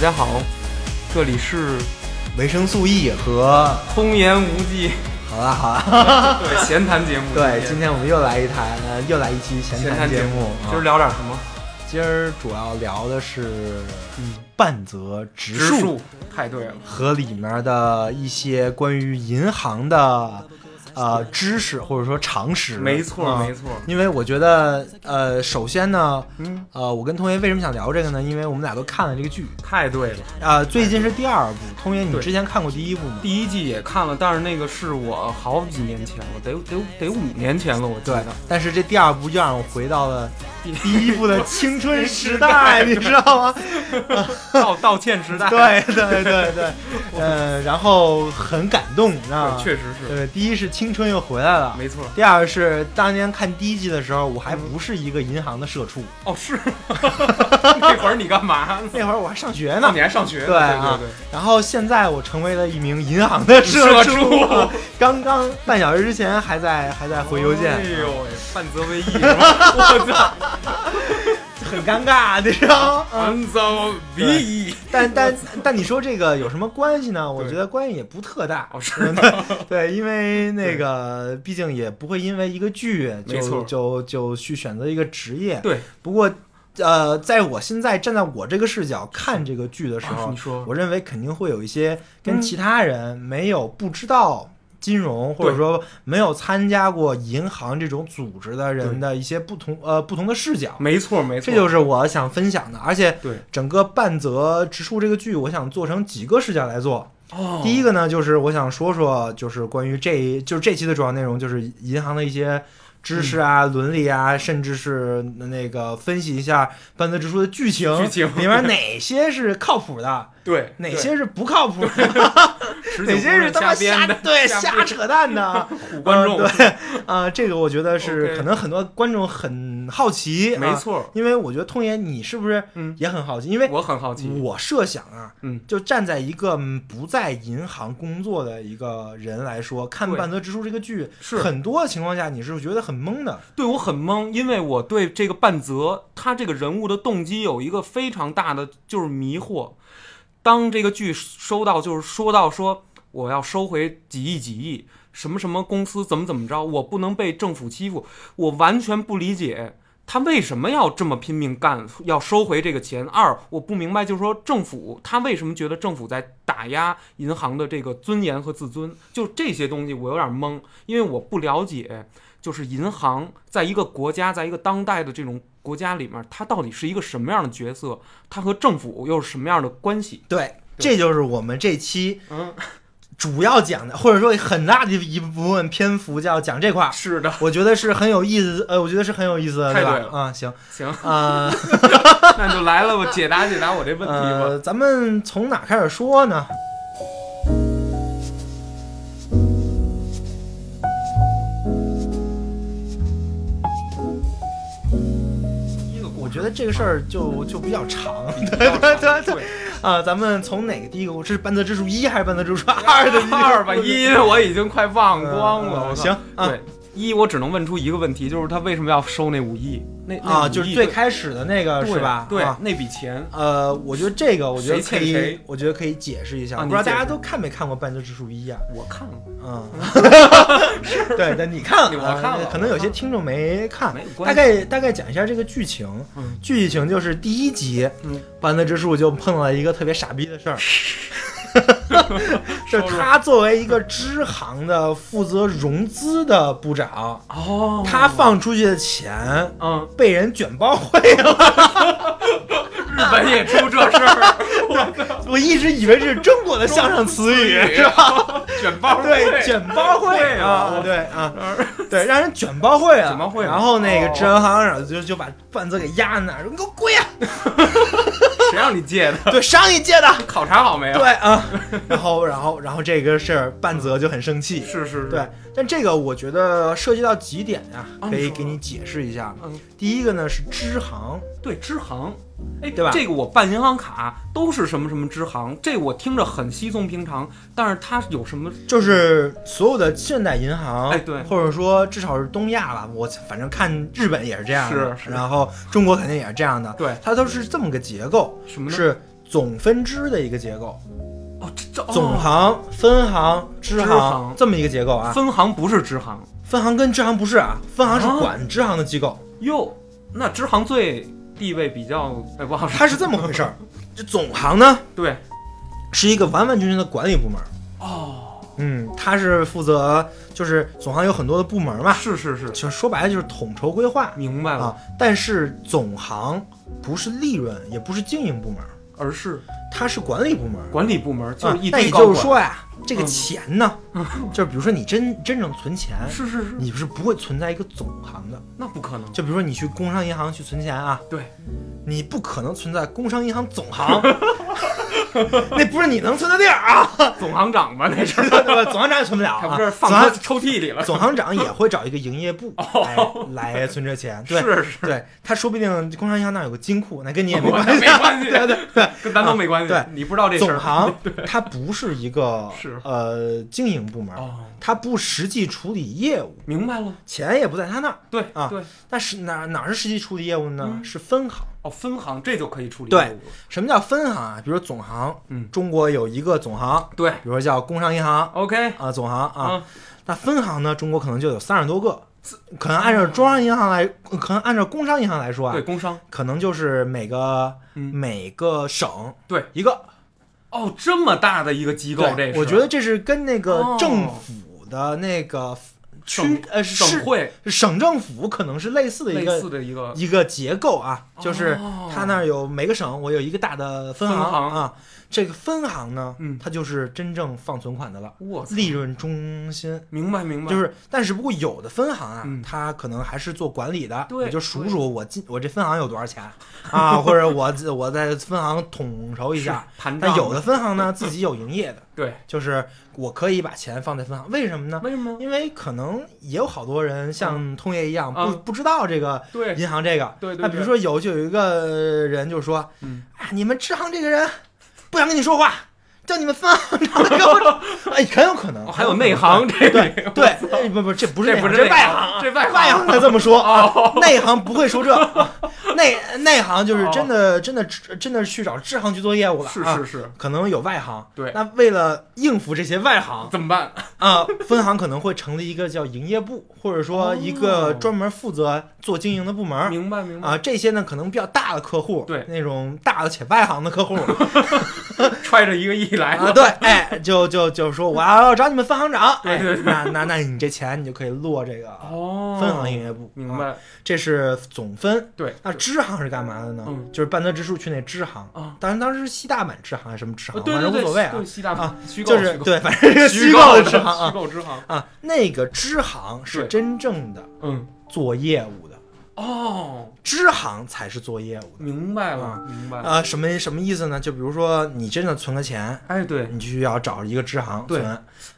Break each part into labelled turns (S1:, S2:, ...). S1: 家好，这里是
S2: 维生素 E 和
S1: 通言无 忌，
S2: 好啦好啦，
S1: 对闲谈节目。
S2: 对，今天我们又来一谈，又来一期闲
S1: 闲谈
S2: 节
S1: 目，啊今
S2: 就
S1: 儿
S2: 是
S1: 聊点什么？
S2: 今儿主要聊的是半泽直
S1: 嗯植
S2: 树
S1: 树，太对了，
S2: 和里面的一些关于银行的呃知识或者说常识，
S1: 没错
S2: 嗯
S1: 没错。
S2: 因为我觉得，呃，首先呢，
S1: 嗯，
S2: 呃，我跟通爷为什么想聊这个呢？因为我们俩都看了这个剧，
S1: 太对了。
S2: 啊、最近是第二部。通爷，你
S1: 对
S2: 之前看过第一部吗？
S1: 第一季也看了，但是那个是我好几年前了，得有得有得有五年前了，我记
S2: 对
S1: 得。，
S2: 但是这第二部又让我回到了
S1: 第
S2: 第一部的青春 时代，你知道吗？
S1: 道 道歉时代，啊
S2: 对对对 对，呃，然后很感动，你知道吗？
S1: 对，确实是，
S2: 对，第一是青春又回来了，
S1: 没 错。
S2: 第二是当年看第一季的时候，我还不是一个银行的社畜，
S1: 哦，是 那会儿你干嘛呢？
S2: 那会儿我还上学
S1: 那
S2: 呢
S1: 你。还上学呢？
S2: 对啊
S1: 对对对，
S2: 然后现在我成为了一名银行的社
S1: 社畜
S2: 刚刚半小时之前还在还在回邮件
S1: 哎，呦喂，半泽为义，是吧 我操，
S2: 很尴尬，你知道吗？嗯
S1: 半泽为义，
S2: 但 但但你说这个有什么关系呢？我
S1: 对
S2: 觉得关系也不特大。
S1: 哦是
S2: 嗯对对，因为那个毕竟也不会因为一个剧
S1: 没错
S2: 就就就去选择一个职业。
S1: 对，
S2: 不过呃，在我现在站在我这个视角看这个剧的时
S1: 啊
S2: 候
S1: 你，说
S2: 我认为肯定会有一些
S1: 嗯
S2: 跟其他人没有不知道。金融或者
S1: 对
S2: 说没有参加过银行这种组织的人的一些不同呃不同的视角，
S1: 没错没错，
S2: 这就是我想分享的。而且
S1: 对
S2: 整个半泽直树这个剧，我想做成几个视角来做。
S1: 哦，
S2: 第一个呢，就是我想说说，就是关于这就是这期的主要内容，就是银行的一些知识啊、
S1: 嗯
S2: 伦理啊，甚至是那个分析一下半泽直树的剧情，
S1: 剧情
S2: 里面哪些是靠谱的，
S1: 对
S2: 哪
S1: 对
S2: 些是不靠谱的，
S1: 十九
S2: 哪些是他妈
S1: 公分瞎
S2: 瞎
S1: 编的 嗯
S2: 对
S1: 瞎
S2: 瞎
S1: 编
S2: 扯 淡的。
S1: 唬观众
S2: 呃，对啊、这个我觉得是
S1: OK
S2: 可能很多观众很好奇，
S1: 没
S2: 啊
S1: 错，
S2: 因为我觉得通爷你是不是
S1: 嗯
S2: 也很好奇？因为
S1: 我很好奇，
S2: 我设想啊，
S1: 嗯，
S2: 就站在一个嗯不在银行工作的一个人来说，看《
S1: 对
S2: 半泽直树》这个剧，
S1: 是
S2: 很多情况下你是觉得很懵的。
S1: 对我很懵，因为我对这个半泽他这个人物的动机有一个非常大的就是迷惑。当这个剧收到就是说到说我要收回几亿几亿，什么什么公司怎么怎么着，我不能被政府欺负，我完全不理解。他为什么要这么拼命干，要收回这个钱？二，我不明白，就是说政府他为什么觉得政府在打压银行的这个尊严和自尊？就这些东西，我有点懵，因为我不了解，就是银行在一个国家，在一个当代的这种国家里面，它到底是一个什么样的角色？它和政府又是什么样的关系？
S2: 对，这就是我们这期
S1: 嗯，
S2: 主要讲的，或者说很大的一部分篇幅就要讲这块儿。
S1: 是的，
S2: 我觉得是很有意思，呃，我觉得是很有意思的，
S1: 太
S2: 对吧
S1: 对？了
S2: 啊、行，
S1: 行，
S2: 啊、
S1: 那就来了，我解答解答我这问题 吧。
S2: 呃，咱们从哪开始说呢？我觉得这个事儿就就比较 长
S1: 对对对，
S2: 啊、咱们从哪个第一个？是半泽直树一还是半泽直树 二 的
S1: 二吧，一我已经快忘光了。我
S2: 嗯
S1: 操
S2: 行啊
S1: 对，一我只能问出一个问题，就是他为什么要收那五亿？那那
S2: 啊，
S1: 5亿
S2: 就是最开始的那个
S1: 对
S2: 是吧？
S1: 对
S2: 啊，
S1: 那笔钱
S2: 呃，我觉得这个我觉
S1: 谁
S2: 得
S1: 欠
S2: 可以
S1: 谁，
S2: 我觉得可以解释一下。
S1: 啊
S2: 我
S1: 你
S2: 不知道
S1: 解
S2: 大家
S1: 释
S2: 都看没看过《半泽直树一》啊？
S1: 我看了，
S2: 嗯，对对，你看了，
S1: 我看了
S2: 呃可能有些听众没看
S1: 没有。关
S2: 大
S1: 系
S2: 概大概讲一下这个剧情，
S1: 嗯
S2: 剧情就是第一集，
S1: 嗯
S2: 班德之树就碰到一个特别傻逼的事儿。就是
S1: 收入
S2: 他作为一个支行的负责融资的部长，
S1: 哦
S2: 他放出去的钱
S1: 嗯，
S2: 被人卷包会了。
S1: 日本也出这事儿，
S2: 我一直以为这是中国的相声词语，是吧？
S1: 吧？卷包
S2: 对，卷包会
S1: 会啊
S2: 啊，对啊，对，让人卷包会了，啊
S1: 卷包会了
S2: 然后那个
S1: 哦
S2: 治安行长就就把半泽给压那儿，说你给我 跪呀、
S1: 谁让你借的？
S2: 对，商议借的，
S1: 考察好没有？
S2: 对啊，然后然后然后这个事儿半泽就很生气，
S1: 是是是，
S2: 对，但这个我觉得涉及到几点呀、
S1: 啊
S2: 可
S1: 你
S2: 以
S1: 说
S2: 给你解释一下。
S1: 嗯，
S2: 第一个呢是支行，
S1: 对，支行，哎，
S2: 对吧
S1: 这个我办银行卡都是什么什么支行，这我听着很稀松平常，但是它有什么？
S2: 就是所有的现代银行，
S1: 哎对
S2: 或者说至少是东亚吧，我反正看日本也是这样的，
S1: 是是
S2: 然后中国肯定也是这样的，
S1: 对，
S2: 它都是这么个结构，
S1: 什么呢？
S2: 是总分支的一个结构，
S1: 哦，这这哦
S2: 总行、分行、支
S1: 支行
S2: 这么一个结构啊。
S1: 分行不是支行
S2: 分行跟支行不是啊，分行是
S1: 啊
S2: 管支行的机构，
S1: 哟，那支行最地位比较哎不好说，
S2: 它是这么回事儿。这总行呢
S1: 对
S2: 是一个完完全全的管理部门，
S1: 哦，
S2: 嗯，它是负责就是总行有很多的部门嘛，
S1: 是是是，
S2: 就说白了就是统筹规划
S1: 明白了，
S2: 啊。但是总行不是利润，也不是经营部门，
S1: 而是
S2: 它是管理部门。
S1: 管理部门就是
S2: 啊
S1: 一
S2: 那
S1: 堆
S2: 也
S1: 高
S2: 就是
S1: 管，
S2: 说呀，这个
S1: 嗯
S2: 钱 呢，就是比如说你真真正存钱，
S1: 是是是，
S2: 你是不会存在一个总行的。
S1: 那不可能，
S2: 就比如说你去工商银行去存钱啊，
S1: 对，
S2: 你不可能存在工商银行总行，那不是你能存的地儿啊，
S1: 总行长吧那是，
S2: 对吧？总行长也存不了、
S1: 他
S2: 啊，
S1: 不是放
S2: 总
S1: 他
S2: 行
S1: 抽屉里了，
S2: 总行长也会找一个营业部来来存这钱，对。
S1: 哦是是，
S2: 对他说不定工商银行那儿有个金库，那跟你也没
S1: 我
S2: 关
S1: 那
S2: 系。
S1: 没关系，
S2: 对对对，
S1: 跟咱都没关系，
S2: 啊对
S1: 你不知道这事
S2: 总
S1: 儿
S2: 行它不是一个
S1: 是
S2: 呃经营部门，
S1: 哦，
S2: 它不实际处理业务，
S1: 明白了，
S2: 钱也不在他那儿。
S1: 对
S2: 啊
S1: 对，
S2: 但是哪哪是实际处理业务呢？
S1: 嗯
S2: 是分行。
S1: 哦，分行这就可以处理
S2: 对
S1: 业务了，
S2: 什么叫分行啊？比如说总行，
S1: 嗯
S2: 中国有一个总行，
S1: 对
S2: 比如说叫工商银行
S1: ，OK
S2: 啊，总行啊。
S1: 啊，
S2: 那分行呢，中国可能就有三十多个，可能按照中央银行来，可能按照工商银行来说啊
S1: 对，工商，
S2: 可能就是每个
S1: 嗯
S2: 每个省
S1: 对
S2: 一个
S1: 哦，这么大的一个机构，
S2: 对
S1: 这是
S2: 我觉得这是跟那
S1: 哦
S2: 个政府的那个
S1: 省
S2: 区呃
S1: 省
S2: 市
S1: 会
S2: 省政府可能是类似的一
S1: 类
S2: 个
S1: 似的一个
S2: 一个结构啊，就是
S1: 哦
S2: 它那儿有每个省，我有一个大的分行
S1: 分行
S2: 啊。这个分行呢，
S1: 嗯
S2: 它就是真正放存款的了，
S1: 我操
S2: 利润中心。
S1: 明白明白，
S2: 就是是，但是不过有的分行啊，
S1: 嗯
S2: 它可能还是做管理的，
S1: 对
S2: 我就数数我进我这分行有多少钱啊， 或者我自我在分行统筹一下。
S1: 盘
S2: 但
S1: 账，
S2: 有的分行呢，自己有营业的，
S1: 对，
S2: 就是我可以把钱放在分行，为什么呢？
S1: 为什么？
S2: 因为可能也有好多人像通爷一样，不
S1: 嗯
S2: 不知道这个
S1: 对，
S2: 银行这个。
S1: 对对对
S2: 那比如说有就有一个人就说
S1: 嗯，
S2: 啊，你们支行这个人不想跟你说话，叫你们分行长来给我。 哎，很有可能
S1: 哦，还有内行这
S2: 对
S1: 个，
S2: 对， 哎不不，这不是
S1: 这不
S2: 内
S1: 是内
S2: 行这外
S1: 行哦
S2: 行啊，
S1: 这外行
S2: 外行才这么说啊，内行不会说这，啊内内行就是真的真的真的去找支行去做业务了，
S1: 哦是
S2: 啊
S1: 是是，
S2: 可能有外行，
S1: 对
S2: 那为了应付这些外行
S1: 怎么办？
S2: 啊，分行可能会成立一个叫营业部，或者说一
S1: 哦
S2: 个专门负责做经营的部门儿
S1: 明白明白，
S2: 啊。这些呢，可能比较大的客户，
S1: 对
S2: 那种大的且外行的 客户
S1: 揣着一个亿来
S2: 啊，
S1: 了，
S2: 对，哎，就就就说我要找你们分行长，
S1: 对对
S2: 哎那那那你这钱你就可以落这个
S1: 哦，
S2: 分行营业部，
S1: 明
S2: 啊
S1: 白，
S2: 这是总分。
S1: 对，
S2: 那支行是干嘛的呢？
S1: 嗯
S2: 就是半泽直树去那支行
S1: 啊，
S2: 当然当时是西大满支行还是啊什么支行，
S1: 呃对
S2: 反
S1: 对
S2: 正
S1: 对，
S2: 无所谓
S1: 就
S2: 啊
S1: 是，西大
S2: 啊
S1: 虚构
S2: 就
S1: 虚
S2: 是
S1: 构
S2: 对， 反正是虚构的支行
S1: 虚
S2: 啊
S1: 构支行，
S2: 啊，那个支行是
S1: 对
S2: 真正的
S1: 嗯，
S2: 做业务的，
S1: 哦，
S2: 支行才是做业务的。
S1: 明白了
S2: 啊
S1: 明白了，
S2: 啊，什么什么意思呢？就比如说你真的存个钱，
S1: 哎对，
S2: 你就要找一个支行
S1: 对
S2: 存；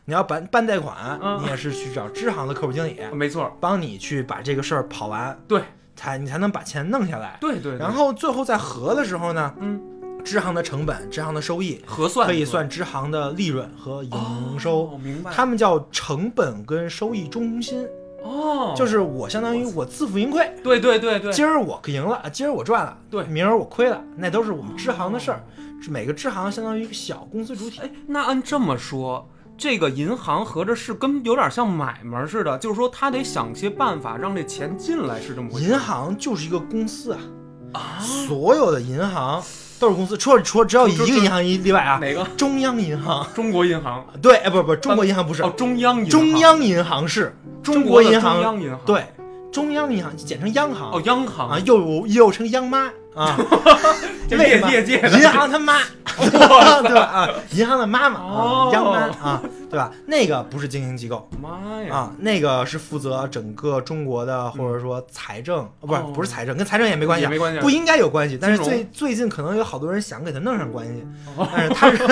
S2: 你要办办贷款，
S1: 嗯
S2: 你也是去找支行的客户经理，
S1: 没错，
S2: 帮你去把这个事儿跑完，
S1: 对，
S2: 才你才能把钱弄下来。
S1: 对对，对
S2: 然后最后在核的时候呢，
S1: 嗯，
S2: 支行的成本、支行的收益
S1: 核算
S2: 可以
S1: 是吧
S2: 算支行的利润和营收，
S1: 哦，明白，
S2: 他们叫成本跟收益中心，
S1: 哦，
S2: 就是我相当于我自负盈亏。
S1: 对对对对，
S2: 今儿我赢了，今儿我赚了，
S1: 对
S2: 明儿我亏了，那都是我们支行的事儿。是每个支行相当于一个小公司主体，
S1: 哎，那按这么说，这个银行合着是跟有点像买卖似的，就是说他得想些办法让这钱进来，是这么回事？
S2: 银行就是一个公司啊，
S1: 啊，
S2: 所有的银行都是公司，除了除了只有一
S1: 除
S2: 个
S1: 除
S2: 银行一例外啊，
S1: 哪个？
S2: 中央银行。
S1: 中国银行
S2: 对，哎，不不，中国银行不是
S1: 哦，，中央银行，
S2: 中央银行是
S1: 中
S2: 国
S1: 的
S2: 银
S1: 中
S2: 行，
S1: 央银行，
S2: 对，中央银行简称央行
S1: 哦，央行，
S2: 啊，，又又称央妈啊
S1: 这
S2: 为什
S1: 业
S2: 么？
S1: 业界的
S2: 银行 他妈， 对吧？啊，银行的妈妈
S1: 哦
S2: 啊，央妈啊，对吧？那个不是经营机构
S1: 妈呀，
S2: 啊，那个是负责整个中国的，或者说财政，啊不是
S1: 哦
S2: 不是财政，跟财政也没关系
S1: 也
S2: 啊。
S1: 没关系啊，
S2: 不应该有关系，但是
S1: 金融
S2: 最最近可能有好多人想给他弄上关系
S1: 哦，
S2: 但是他是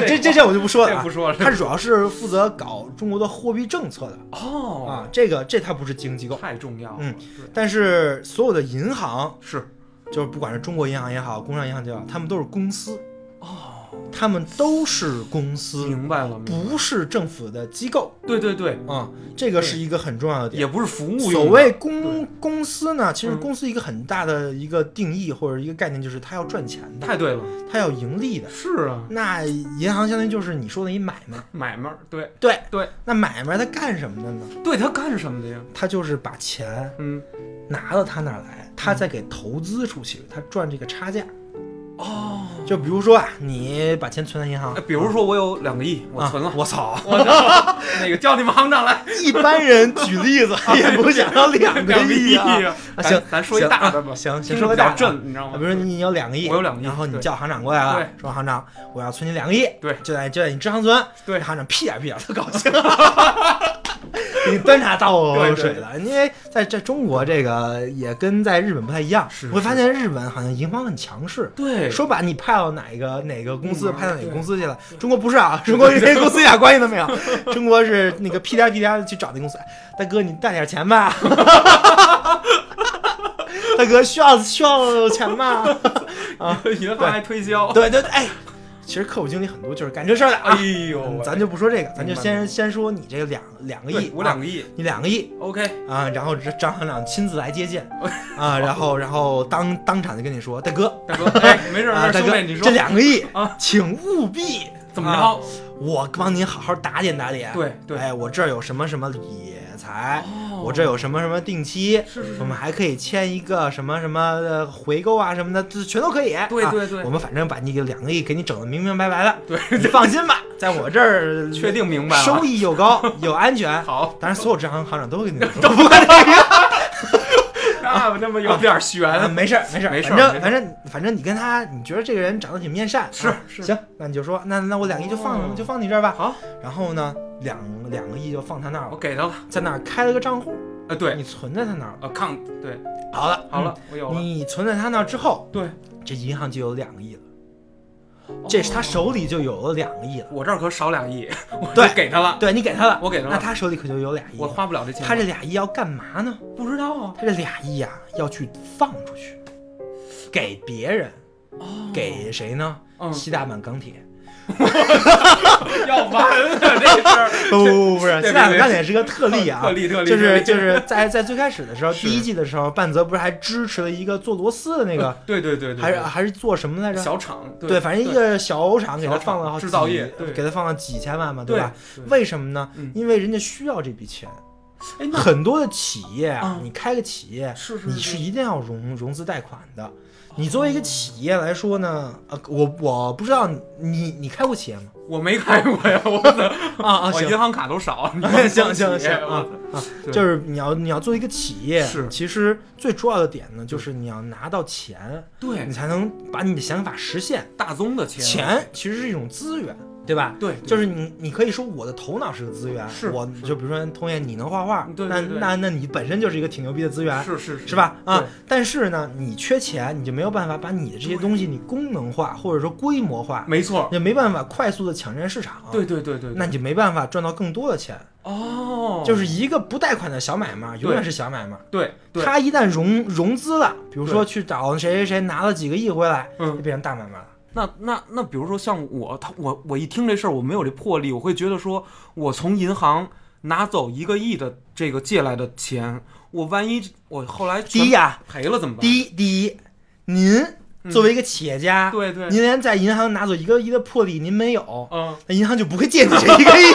S2: 这这这我就不说了
S1: 这
S2: 啊
S1: 不。说了，
S2: 他主要是负责搞中国的货币政策的
S1: 哦
S2: 啊，这个这它不是经营机构，
S1: 太重要了，
S2: 嗯
S1: 对，
S2: 但是所有的银行，
S1: 是
S2: 就是不管是中国银行也好，工商银行也好，他们都是公司，
S1: 哦，
S2: 他们都是公司，
S1: 明白了，明白了
S2: 不是政府的机构
S1: 对对对，
S2: 啊、这个是一个很重要的点
S1: 也。不是服务用的
S2: 所谓公公司呢，其实
S1: 啊嗯
S2: 公司一个很大的一个定义或者一个概念就是它要赚钱的，
S1: 太对了，
S2: 它要盈利的。
S1: 是啊，
S2: 那银行相当于就是你说的一买卖，
S1: 买卖儿对
S2: 对
S1: 对，
S2: 那买卖它干什么的呢？
S1: 对他干什么的呀？
S2: 它就是把钱
S1: 嗯，
S2: 拿到他那儿来，他再给投资出去，他赚这个差价。
S1: 哦，
S2: 就比如说啊，你把钱存在银行
S1: 哎，比如说我有两个亿，我存了，
S2: 啊我操，
S1: 我操，那个叫你们行长 来，
S2: 一般人举例 子也不想要两个
S1: 啊两个
S2: 亿啊。
S1: 啊
S2: 啊行
S1: 咱咱说一大的吧，
S2: 行，
S1: 听
S2: 先
S1: 着
S2: 说
S1: 比
S2: 个
S1: 较
S2: 大的。
S1: 正，你知道
S2: 啊
S1: 吗？
S2: 比如说你有两个亿，
S1: 我有两个亿
S2: 然后你
S1: 对
S2: 叫行长过来了，
S1: 对
S2: 说行长，我要存你两个亿，
S1: 对
S2: 就在就在你支行存，
S1: 对
S2: 行长屁眼啊屁眼特高兴， 给你端茶倒
S1: 对对
S2: 水的，因为在在中国这个也跟在日本不太一样，
S1: 是
S2: 我会
S1: 是
S2: 发现日本好像银行很强势，
S1: 对，
S2: 说把你派到哪一个哪个公司，
S1: 部门
S2: 派到哪个
S1: 对
S2: 公司去了？中国不是啊，中国跟公司一点关系 都没有。中国是那个屁颠屁颠的去找那公司，哎大哥你带点钱 吧，大哥需要需要 钱吗？啊，
S1: 银行还推销，
S2: 对对对，哎，其实客户经理很多就是干这事儿的啊。
S1: 哎呦
S2: 嗯
S1: 喂，
S2: 咱就不说这个，咱就
S1: 明白
S2: 先先说你这个两两个
S1: 对
S2: 亿，
S1: 我两
S2: 啊
S1: 个亿
S2: 你两个亿
S1: ，OK，
S2: 啊，然后这张行长亲自来接见啊，然后然后当当场就跟你说，大哥。
S1: 大哥，哎，没事
S2: 啊，
S1: 没事，
S2: 大
S1: 兄
S2: 哥
S1: 弟，你，说
S2: 这两个亿
S1: 啊，
S2: 请务必
S1: 怎么
S2: 啊
S1: 着？
S2: 我帮您好好打点打点。
S1: 对对
S2: 哎，我这儿有什么什么理财，
S1: 哦
S2: 我这儿有什么什么定期，
S1: 是是
S2: 我
S1: 是，
S2: 们还可以签一个什么什么呃回购啊什么的，这全都可以。
S1: 对
S2: 啊
S1: 对对
S2: 我们反正把你给两个亿给你整的明明白白的，
S1: 对，
S2: 你放心吧，在我这儿
S1: 确定明白了
S2: 收益又高 又安全。
S1: 好，
S2: 当然，所有支行行长都会跟你 说，都不管哪个。
S1: 那那么有点
S2: 啊，
S1: 悬，
S2: 没事儿，没事儿，
S1: 没事儿
S2: 反正
S1: 没事儿
S2: 反正反正你跟他，你觉得这个人长得挺面善，
S1: 是
S2: 啊
S1: 是
S2: 行，那你就说，那那我两个亿就放、
S1: 哦
S2: 就放你这儿吧。
S1: 好，
S2: 然后呢，两两个亿就放他那儿
S1: 我
S2: 了，
S1: 给他了，
S2: 在那儿开了个账户，
S1: 呃，哦对
S2: 你存在他那儿了。
S1: ，account，对，
S2: 好了，
S1: 好了，我有
S2: 嗯，
S1: 了，
S2: 你存在他那儿之后，
S1: 对，
S2: 这银行就有两个亿了，这是他
S1: 哦，
S2: 手里就有了两个亿了。
S1: 我这儿可少两亿，我
S2: 对
S1: 就给他了，
S2: 对你给他了，
S1: 我给他
S2: 那
S1: 了，
S2: 他手里可就有俩亿
S1: 我
S2: 了。
S1: 花不了这钱，
S2: 他这俩亿要干嘛呢？
S1: 不知道啊，
S2: 他这俩亿啊，要去放出去，给别人，
S1: 哦，
S2: 给谁呢？
S1: 嗯，
S2: 西大满钢铁。
S1: 要完了这事 儿，
S2: 不哦不不是，
S1: 对
S2: 西
S1: 对
S2: 大满
S1: 对
S2: 钢铁是个特例啊，
S1: 特例特例，
S2: 就是
S1: 特
S2: 就
S1: 例
S2: 是在在最开始的时 候，
S1: 是
S2: 第一季的时候，半泽不是还支持了一个做螺丝的那个，
S1: 对对嗯对对，
S2: 还是
S1: 对
S2: 还是做什么来着？
S1: 小厂，
S2: 对，反正一个小厂给他放了好几
S1: 制造业对
S2: 给他放了几千万嘛，
S1: 对
S2: 吧？？
S1: 对
S2: 为什么呢
S1: 嗯？
S2: 因为人家需要这笔钱，
S1: 哎，那
S2: 很多的企业啊
S1: 啊，
S2: 你开个企业，
S1: 是
S2: 你是一定要融融资贷款的。你作为一个企业来说呢，呃，我我不知道你你开过企业吗？
S1: 我没开过呀，我的
S2: 啊啊，
S1: 我
S2: 行
S1: 银行卡都少， 你
S2: 行行行啊
S1: 我
S2: 啊，
S1: 对
S2: 就是你要你要做一个企业，
S1: 是
S2: 其实最重要的点呢，就是你要拿到钱，
S1: 对
S2: 你才能把你的想法实现。
S1: 大宗的钱，
S2: 钱其实是一种资源，对吧？
S1: 对，对
S2: 就是你，你可以说我的头脑是个资源，
S1: 是
S2: 我
S1: 是
S2: 就比如说童燕，你能画画，
S1: 对对对
S2: 那那那你本身就是一个挺牛逼的资源，
S1: 是是
S2: 是吧？
S1: 嗯
S2: 啊
S1: 对，
S2: 但是呢，你缺钱，你就没有办法把你的这些东西你功能化或者说规模化，
S1: 没错，
S2: 也没办法快速的抢占市场，
S1: 嗯对对对对，对
S2: 那你就没办法赚到更多的钱。
S1: 哦，
S2: 就是一个不贷款的小买卖，永远
S1: 对
S2: 是小买卖。
S1: 对对，
S2: 他一旦融融资了，比如说去找谁谁谁拿了几个亿回来，就
S1: 嗯，
S2: 变成大买卖了。
S1: 那那那比如说像我，他我我一听这事儿，我没有这魄力，我会觉得说我从银行拿走一个亿的这个借来的钱，我万一我后来
S2: 第一
S1: 全
S2: 啊，
S1: 赔了怎么办？
S2: 第一第一，您
S1: 嗯
S2: 作为一个企业家，
S1: 对对，
S2: 您连在银行拿走一个亿的魄力您没有，
S1: 嗯，
S2: 那银行就不会借你这一个亿。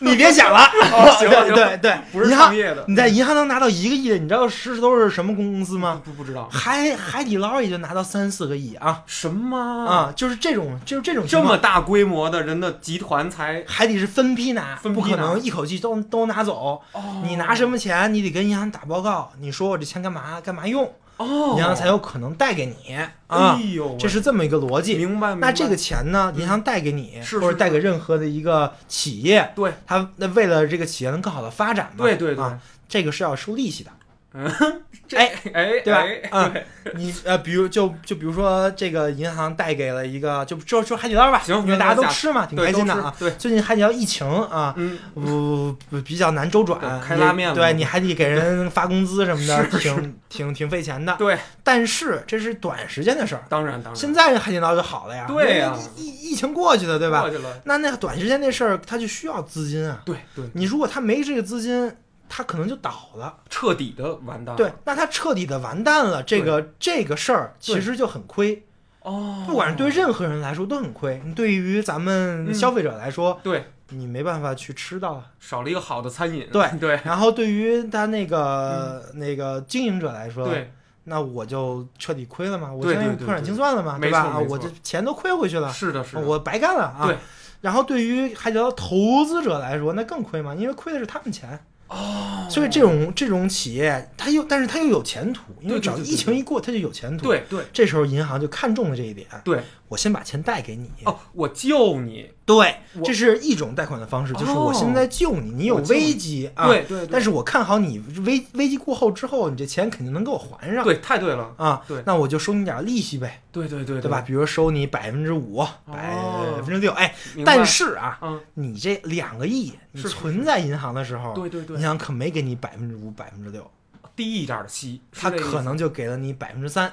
S2: 你别想了，
S1: 哦行
S2: 对
S1: 行
S2: 对对，
S1: 不是
S2: 银行
S1: 创，业的，
S2: 你在银行能拿到一个亿的，你知道是都是什么公司
S1: 啊
S2: 吗？
S1: 不不知道
S2: 海海底捞也就拿到三四个亿啊
S1: 什么
S2: 啊，就是这种就是这种情
S1: 这
S2: 况
S1: 么大规模的人的集团才
S2: 海底是分批拿，
S1: 分批
S2: 不可
S1: 拿
S2: 能一口气都都拿走。
S1: 哦
S2: 你拿什么钱，你得跟银行打报告，你说我这钱干嘛干嘛用，
S1: 哦，
S2: 银行才有可能贷给你啊
S1: 哎。呦喂，
S2: 这是这么一个逻辑。
S1: 明白明白。嗯
S2: 那这个钱呢，银行贷给你，
S1: 是
S2: 或
S1: 是
S2: 者贷给任何的一个企业，
S1: 对
S2: 它那为了这个企业能更好的发展嘛，
S1: 对对对
S2: 啊，这个是要收利息的。
S1: 哎哎，
S2: 对吧
S1: 哎？
S2: 啊、你呃，比如就就比如说这个银行贷给了一个，就就就海底捞吧，
S1: 行
S2: 因为大家
S1: 那
S2: 都
S1: 下
S2: 吃嘛，挺
S1: 对，
S2: 开
S1: 都
S2: 心的
S1: 吃
S2: 啊。
S1: 对，
S2: 最近海底捞疫情啊，
S1: 嗯，
S2: 不不比较难周转，
S1: 对开
S2: 你
S1: 拉面了
S2: 对你还得 给人发工资什么的，
S1: 是
S2: 挺挺挺费钱的。
S1: 对，
S2: 但是这是短时间的事儿，
S1: 当然当然，
S2: 现在海底捞就好了呀，
S1: 对
S2: 呀
S1: 呀、
S2: 疫疫情过去了，对吧
S1: 过？去了，
S2: 那那个短时间那事儿，他就需要资金啊。
S1: 对对，
S2: 你如果他没这个资金，他可能就倒了。
S1: 彻底的完蛋了。
S2: 对，那他彻底的完蛋了。这个这个事儿其实就很亏，
S1: 哦，
S2: 不管是对任何人来说都很亏。对于咱们
S1: 嗯
S2: 消费者来说，
S1: 对
S2: 你没办法去吃到啊。
S1: 少了一个好的餐饮，
S2: 对
S1: 对
S2: 然后对于他那个、那个经营者来说，
S1: 嗯对，
S2: 那我就彻底亏了嘛，我
S1: 对
S2: 现在
S1: 对
S2: 用
S1: 对
S2: 破产
S1: 对
S2: 清算了嘛，
S1: 没
S2: 对吧？
S1: 错
S2: 啊
S1: 没
S2: 我这
S1: 错
S2: 钱都亏回去了，
S1: 是的，是的，
S2: 我白干了啊。
S1: 对。
S2: 然后对于海底捞投资者来说，那更亏嘛，因为亏的是他们钱。
S1: 哦，
S2: 所以这种这种企业，它又但是它又有前途，因为
S1: 对对
S2: 只要
S1: 对对
S2: 疫情一过，它就有前途。，
S1: 对对
S2: 这时候银行就看中了这一点，
S1: 对，
S2: 我先把钱贷给你。
S1: 哦，我救你，
S2: 对，
S1: 我
S2: 这是一种贷款的方式，就是我
S1: 哦
S2: 现在救你，你有
S1: 我救你
S2: 危机啊。
S1: 对对，对
S2: 但是我看好你危危机过后之后，你这钱肯定能给我还上
S1: 对，太对了，
S2: 啊。
S1: 对
S2: 那我就收你点利息呗，
S1: 对对对哦
S2: 对吧？？比如收你百分之五、百分之六，哎，
S1: 明白
S2: 但是啊，
S1: 嗯，
S2: 你这两个亿，你
S1: 是是
S2: 存在银行的时候，
S1: 对对对
S2: 银，行可没给你百分之五、百分之六，
S1: 低一点的息，是
S2: 它
S1: 这个意
S2: 可
S1: 思
S2: 能就给了你百分之三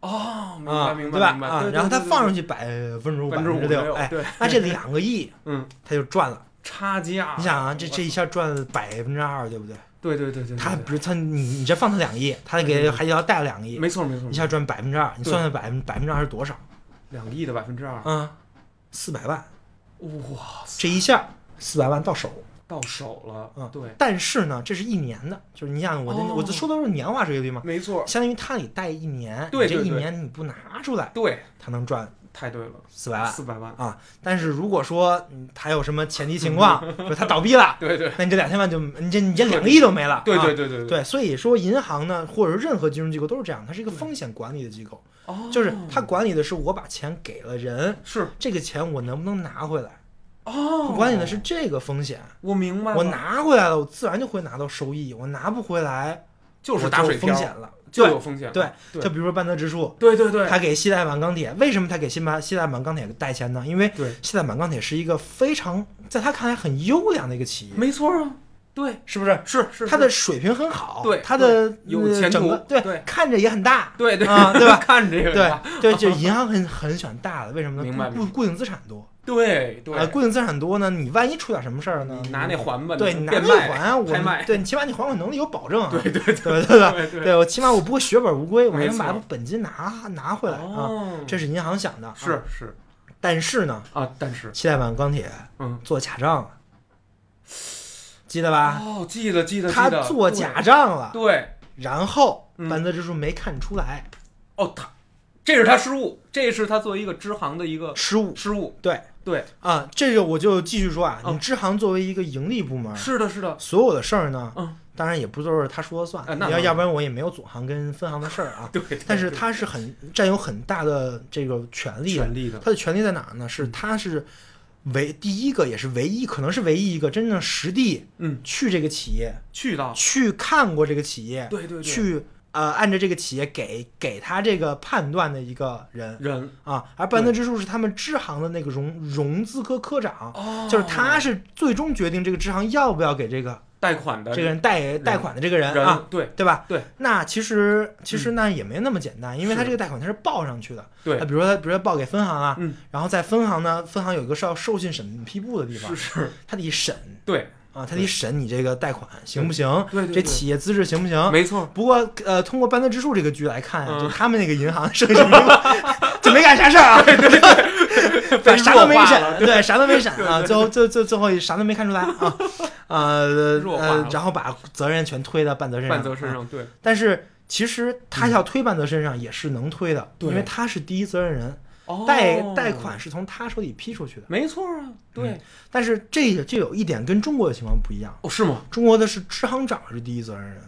S1: 哦，明
S2: 啊，
S1: 白明
S2: 对
S1: 白
S2: 吧
S1: 明？白，
S2: 啊
S1: 对，
S2: 然后它放上
S1: 去
S2: 去百分之五、
S1: 百
S2: 百
S1: 分之
S2: 分之
S1: 六，
S2: 六，哎，
S1: 对，
S2: 那这两个亿
S1: 嗯，
S2: 它就赚了。
S1: 差价，
S2: 你想啊，这这
S1: 我，
S2: 一下赚了百分之二，对不对？
S1: 对对对对，对
S2: 他
S1: 对
S2: 不是他，你你这放他两个亿，他
S1: 对
S2: 给
S1: 对对
S2: 海底捞贷了两个亿，
S1: 没错没错
S2: 一，下赚百分之二，你
S1: 对
S2: 算算百分百分之二是多少？
S1: 两个亿的百分之二，
S2: 啊，四百万，
S1: 哇塞，
S2: 这一下四百万到手。
S1: 到手了
S2: 嗯，
S1: 对，
S2: 但是呢，这是一年的，就是你想我的，
S1: 哦
S2: 我这说的都是年化收益率嘛，
S1: 没错，
S2: 相当于他得贷一年，
S1: 对
S2: 你这
S1: 对
S2: 一
S1: 对
S2: 年你不拿出来，
S1: 对，
S2: 他能赚
S1: 太对了，
S2: 四百万
S1: 四百万，
S2: 啊。但是如果说嗯他有什么前提 情况，说他倒闭了，
S1: 对对
S2: 那你这两千万就你这你这两个亿都没了。
S1: 对
S2: 啊
S1: 对对对，
S2: 对，所以说银行呢，或者说任何金融机构都是这样，它是一个风险管理的机构，
S1: 哦，
S2: 就是它管理的是我把钱给了人，
S1: 是
S2: 这个钱我能不能拿回来，
S1: 哦
S2: 它，管理的是这个风险。
S1: 我明白了，
S2: 我拿回来了，我自然就会拿到收益；我拿不回来，
S1: 就是
S2: 我
S1: 打水
S2: 风
S1: 漂，
S2: 险了。
S1: 就
S2: 对
S1: 有风险了，
S2: 对
S1: 对
S2: 就比如说半泽直树，
S1: 对对对，
S2: 他给西代满钢铁，为什么他给新版西代满钢铁带钱呢？因为
S1: 对
S2: 西代满钢铁是一个非常在他看来很优良的一个企业，
S1: 没错啊，对，
S2: 是不是？
S1: 是是
S2: 他的水平很好，
S1: 对
S2: 他的
S1: 有
S2: 呃
S1: 前途
S2: 整个对
S1: 对
S2: 看着也很大，
S1: 对对
S2: 啊对吧
S1: 看这个
S2: 对
S1: 吧
S2: 对，就银行很很喜欢大的，为什么呢？
S1: 明白
S2: 固固固定资产多，
S1: 对
S2: 啊，
S1: 对，
S2: 固定资产多呢，你万一出点什么事儿呢？
S1: 你拿那还吧，
S2: 对
S1: 你
S2: 你拿
S1: 变
S2: 那
S1: 卖
S2: 还啊，我
S1: 拍卖，
S2: 对你起码你还款能力有保证啊，
S1: 对对
S2: 对吧 对吧？
S1: 对对，
S2: 对我起码我不会血本无归，我还
S1: 没
S2: 能把
S1: 错
S2: 本金拿拿回来啊，
S1: 哦
S2: 这是银行想的。啊，
S1: 是是
S2: 但是呢，
S1: 啊，但是
S2: 七代版钢铁
S1: 嗯，
S2: 做假账了，记得吧？
S1: 哦，记得记得记
S2: 他
S1: 得，
S2: 做
S1: 对
S2: 假账了，
S1: 对
S2: 然后
S1: 嗯
S2: 班泽直树没看出来，
S1: 哦，他这是他失误，这是他作为一个支行的一个
S2: 失误。
S1: 失误，
S2: 对
S1: 对，
S2: 啊，这个我就继续说啊，
S1: 嗯
S2: 你支行作为一个盈利部门，
S1: 是的是的，
S2: 所有的事儿呢，
S1: 嗯
S2: 当然也不都是他说了算，
S1: 啊那
S2: 要
S1: 当然
S2: 要不然我也没有总行跟分行的事儿啊。
S1: 对，对
S2: 但是
S1: 对
S2: 他是很占有很大的这个权利的，
S1: 权力的嗯
S2: 他的权利在哪儿呢？是他是唯第一个，也是唯一，可能是唯一一个真正实地
S1: 嗯
S2: 去这个企业
S1: 去到，
S2: 去看过这个企业，
S1: 对对对，
S2: 去呃按照这个企业给给他这个判断的一个人
S1: 人
S2: 啊。而班德之树是他们支行的那个融融资科科长，
S1: 哦，
S2: 就是他是最终决定这个支行要不要给这个
S1: 贷款的
S2: 这个人贷贷款的这个人
S1: 人
S2: 啊，，
S1: 对
S2: 对吧？
S1: 对。嗯
S2: 那其实其实呢也没那么简单，因为他
S1: 是
S2: 这个贷款他是报上去的。
S1: 对
S2: 啊比如说他比如说报给分行啊，
S1: 嗯
S2: 然后在分行呢，分行有一个是要授信审批部的地方
S1: 是，是，
S2: 他得审
S1: 对
S2: 啊，他得审你这个贷款行不行，
S1: 哦对对，对
S2: 这企业资质行不行。
S1: 没错，
S2: 不过，呃，通过班德之树这个局来看，
S1: 嗯
S2: 就他们那个银行是什么， 就没干啥事儿 啊，对对对，啥都没
S1: 被弱化
S2: 审，
S1: 了
S2: 对，啥都没审啊，最后最最最后啥都没看出来啊， 呃
S1: 弱化
S2: 呃
S1: 了，
S2: 然后把责任全推到半泽身上，啊
S1: 半泽身上，对
S2: 但是其实他要推半泽身上也是能推的，
S1: 对
S2: 因为他是第一责任人，
S1: 哦
S2: 贷贷款是从他手里批出去的。
S1: 没错啊，对
S2: 嗯，但是这个就有一点跟中国的情况不一样，
S1: 哦，是吗？
S2: 中国的是支行长是第一责任人，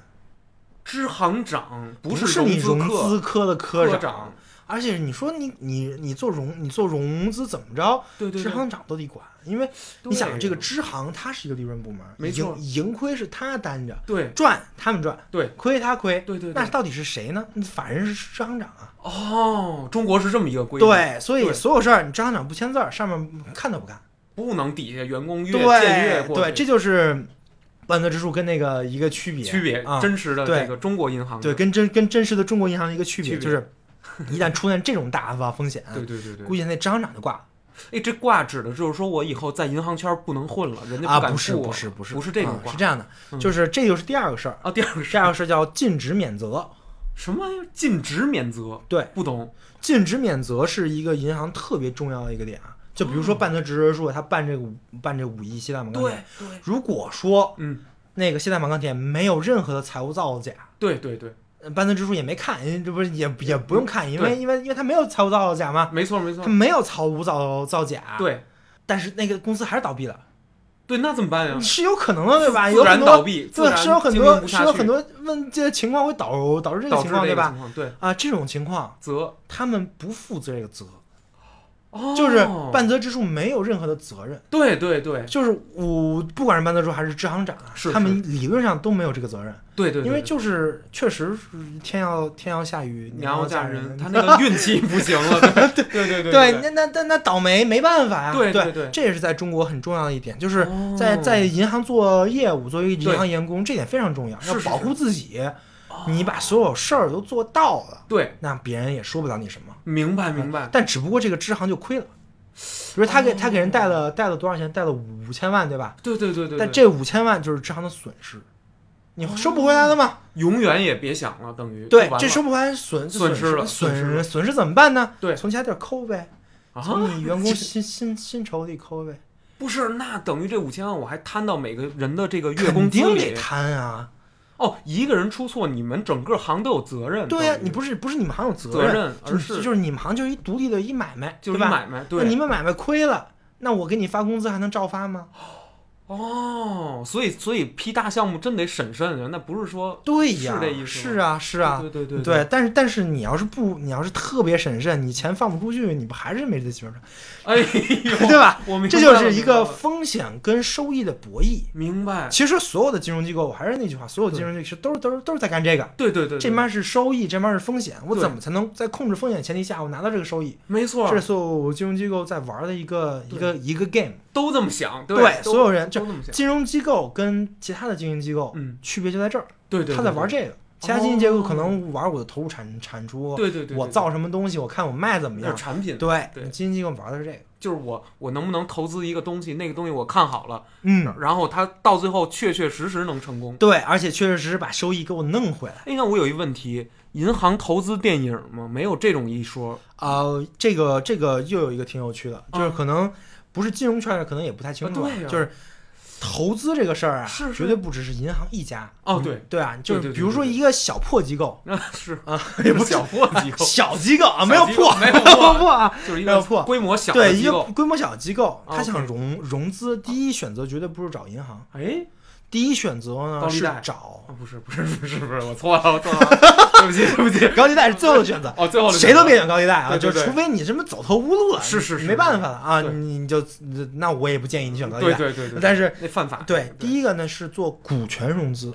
S1: 支行长
S2: 不
S1: 是
S2: 你
S1: 融
S2: 融
S1: 科
S2: 资科的科
S1: 科
S2: 长，，而且你说你你你做融你做融资怎么着，
S1: 对对
S2: 支
S1: 对，
S2: 行长都得管，因为
S1: 对
S2: 你想啊这个支行它是一个利润部门，
S1: 没错
S2: 盈盈亏是他担着，
S1: 对
S2: 赚他们赚，
S1: 对
S2: 亏他亏，
S1: 对对对
S2: 那到底是谁呢？法人是支行长啊，
S1: 哦，中国是这么一个规定，，
S2: 对，所以
S1: 对
S2: 所有事儿你支行长不签字儿，上面看都不看，
S1: 不能底下员工越僭越
S2: 对
S1: 或
S2: 对，
S1: 者
S2: 这就是万德指数跟那个一个区别
S1: 区别
S2: 啊，
S1: 真实的
S2: 对
S1: 这个中国银行
S2: 对，
S1: 的
S2: 跟真跟真实的中国银行的一个区别
S1: 区别
S2: 就是，一旦出现这种大发风险，啊
S1: 对对对对
S2: 估计那支行长就挂了。
S1: 哎，这挂指的就是说我以后在银行圈不能混了，人家
S2: 啊，
S1: 敢
S2: 不是
S1: 雇我
S2: 不是不是
S1: 不是这种嗯
S2: 啊
S1: 挂
S2: 是这样的，就是这就是第二个事儿，
S1: 啊。第二个
S2: 第
S1: 是
S2: 二个事儿叫禁止免责。
S1: 什么玩意儿？禁止免责？
S2: 对，
S1: 不懂
S2: 禁止免责是一个银行特别重要的一个点啊，就比如说办德直说他办这个五办这五亿西单马钢
S1: 嗯对
S2: 铁，
S1: 对，
S2: 如果说
S1: 嗯，
S2: 那个西单马钢铁没有任何的财务造假。
S1: 对对对，
S2: 呃班德支书也没看，因为这不是也也不用看，因为
S1: 对
S2: 因为因为他没有财务造假嘛，
S1: 没错没错
S2: 他，没有财务造造假，，
S1: 对
S2: 但是那个公司还是倒闭了，
S1: 对，那怎么办呀？
S2: 是有可能的，对吧？
S1: 嗯自
S2: 有
S1: 然
S2: 很
S1: 倒
S2: 多
S1: 闭，自
S2: 对，啊
S1: 然
S2: 是有很
S1: 经营
S2: 多
S1: 不
S2: 是
S1: 下
S2: 有
S1: 去
S2: 很多问这些情况会导导致这个
S1: 导
S2: 情
S1: 致这
S2: 况，对
S1: 个
S2: 吧？
S1: 情况，对，
S2: 啊，这种情况
S1: 责
S2: 他们不负这个责，
S1: 哦，
S2: 就是半泽直树没有任何的责任，
S1: 对对对
S2: 就是我不管是半泽直树还是支行长啊，
S1: 是
S2: 他们理论上都没有这个责任，
S1: 对对，
S2: 因为
S1: 对
S2: 就是确实是天要天要下雨，
S1: 娘要
S2: 嫁
S1: 嫁人，他那个运气不行了，对对对对
S2: 对，那那那那倒霉没办法呀、
S1: 对
S2: 对
S1: 对对
S2: 这也是在中国很重要的一点，就是
S1: 哦
S2: 在、在银行做业务，作为银
S1: 对
S2: 行员工，这点非常重要，
S1: 是是哦
S2: 要保护自己。你把所有事儿都做到了，
S1: 对，
S2: 那别人也说不了你什么。
S1: 明白明白，
S2: 但只不过这个支行就亏了，比如他给、他给人贷了贷了多少钱？贷了五千万，对吧？
S1: 对对哦对对，
S2: 但
S1: 对
S2: 这五千万就是支行的损失，你收不回来了吗？
S1: 永远也别想了，等于
S2: 对
S1: 就完，
S2: 这
S1: 了
S2: 收不回来损
S1: 损失了损失
S2: 损
S1: 了
S2: 损失怎么办呢？
S1: 对
S2: 从其他地儿抠呗，
S1: 啊，
S2: 从你员工薪薪薪酬里抠呗。
S1: 不是，那等于这五千万我还摊到每个人的这个月工
S2: 肯
S1: 资
S2: 定得
S1: 里
S2: 贪啊！
S1: 哦，一个人出错，你们整个行都有责任。
S2: 对呀、
S1: 等于
S2: 你不是不是你们行有责
S1: 责任
S2: 就
S1: 而
S2: 是
S1: 是
S2: 就是你们行就是一独立的一买卖，
S1: 就是
S2: 对吧？
S1: 买卖对
S2: 那你们买卖亏了，那我给你发工资还能照发吗？
S1: 哦，所以所以批大项目真得审慎啊，那不是说
S2: 对呀，
S1: 是这意思吗
S2: 是啊，是啊，
S1: 对对对对
S2: 对但是但是你要是不，你要是特别审慎，你钱放不出去，你不还是没这基本上，
S1: 哎 呦，
S2: 对吧？
S1: 我明白了
S2: 这就是一个
S1: 明白了
S2: 风险跟收益的博弈。
S1: 明白，
S2: 其实所有的金融机构，我还是那句话，所有金融机构都是都是都是在干这个。
S1: 对对对，对
S2: 这边是收益，这边是风险，我
S1: 对
S2: 怎么才能在控制风险前提下，我拿到这个收益？
S1: 没错
S2: 这，是所有金融机构在玩的一个一个一个 game。
S1: 都这么想，
S2: 对，
S1: 都
S2: 所有人就
S1: 都这么想，
S2: 金融机构跟其他的经营机构，
S1: 嗯，
S2: 区别就在这儿，
S1: 对对，
S2: 他在
S1: 对哦
S2: 玩，这个。其他经营机构可能玩我的投入产产出，啊
S1: 对对对对，
S2: 我
S1: 对
S2: 造什么东西，我看我卖怎么
S1: 就是
S2: 样。
S1: 产品，
S2: 对，
S1: 对
S2: 经营机构玩的是这个。
S1: 就是我我能不能投资一个东西，那个东西我看好了，
S2: 嗯，
S1: 然后它到最后确确实实能成功。
S2: 对，而且确确实实把收益给我弄回来。
S1: 哎，那我有一问题，银行投资电影吗？没有这种一说。
S2: 呃，这个这个又有一个挺有趣的，就是可能不是金融圈的，可能也不太清楚
S1: 嗯
S2: 啊
S1: 啊对，呀
S2: 就是投资这个事儿啊，
S1: 是是
S2: 绝对不只是银行一家。
S1: 哦，对，
S2: 对啊，就
S1: 对
S2: 是
S1: 对对
S2: 比如说
S1: 对对
S2: 一个小破机构，
S1: 那是
S2: 啊，
S1: 也不是 小破机构，
S2: 小机构啊，没有
S1: 小机构
S2: 破，
S1: 没有
S2: 有
S1: 破
S2: 破啊。
S1: 就是一
S2: 要
S1: 个
S2: 破
S1: 规模小的
S2: 对，一
S1: 机
S2: 个
S1: 构。啊
S2: 规模小机构，他
S1: OK
S2: 想融融资，第一选择绝对不是找银行，
S1: 哎，
S2: 第一选择呢
S1: 高利
S2: 是
S1: 贷
S2: 找
S1: 啊，不是，不是，不是，不是，我错了，我错了，对不起，对不起。，
S2: 高利贷是最后的选择
S1: 哦，最后的
S2: 谁
S1: 选
S2: 都
S1: 择
S2: 别选高利贷啊，
S1: 对
S2: 就
S1: 对
S2: 是除
S1: 对
S2: 非你什么走投无路了，
S1: 是是是
S2: 没办法了啊，
S1: 对
S2: 你你就那我也不建议你选高利
S1: 对
S2: 贷，
S1: 对对对，
S2: 但是
S1: 那犯法。
S2: 对，第一个呢是做股权融资，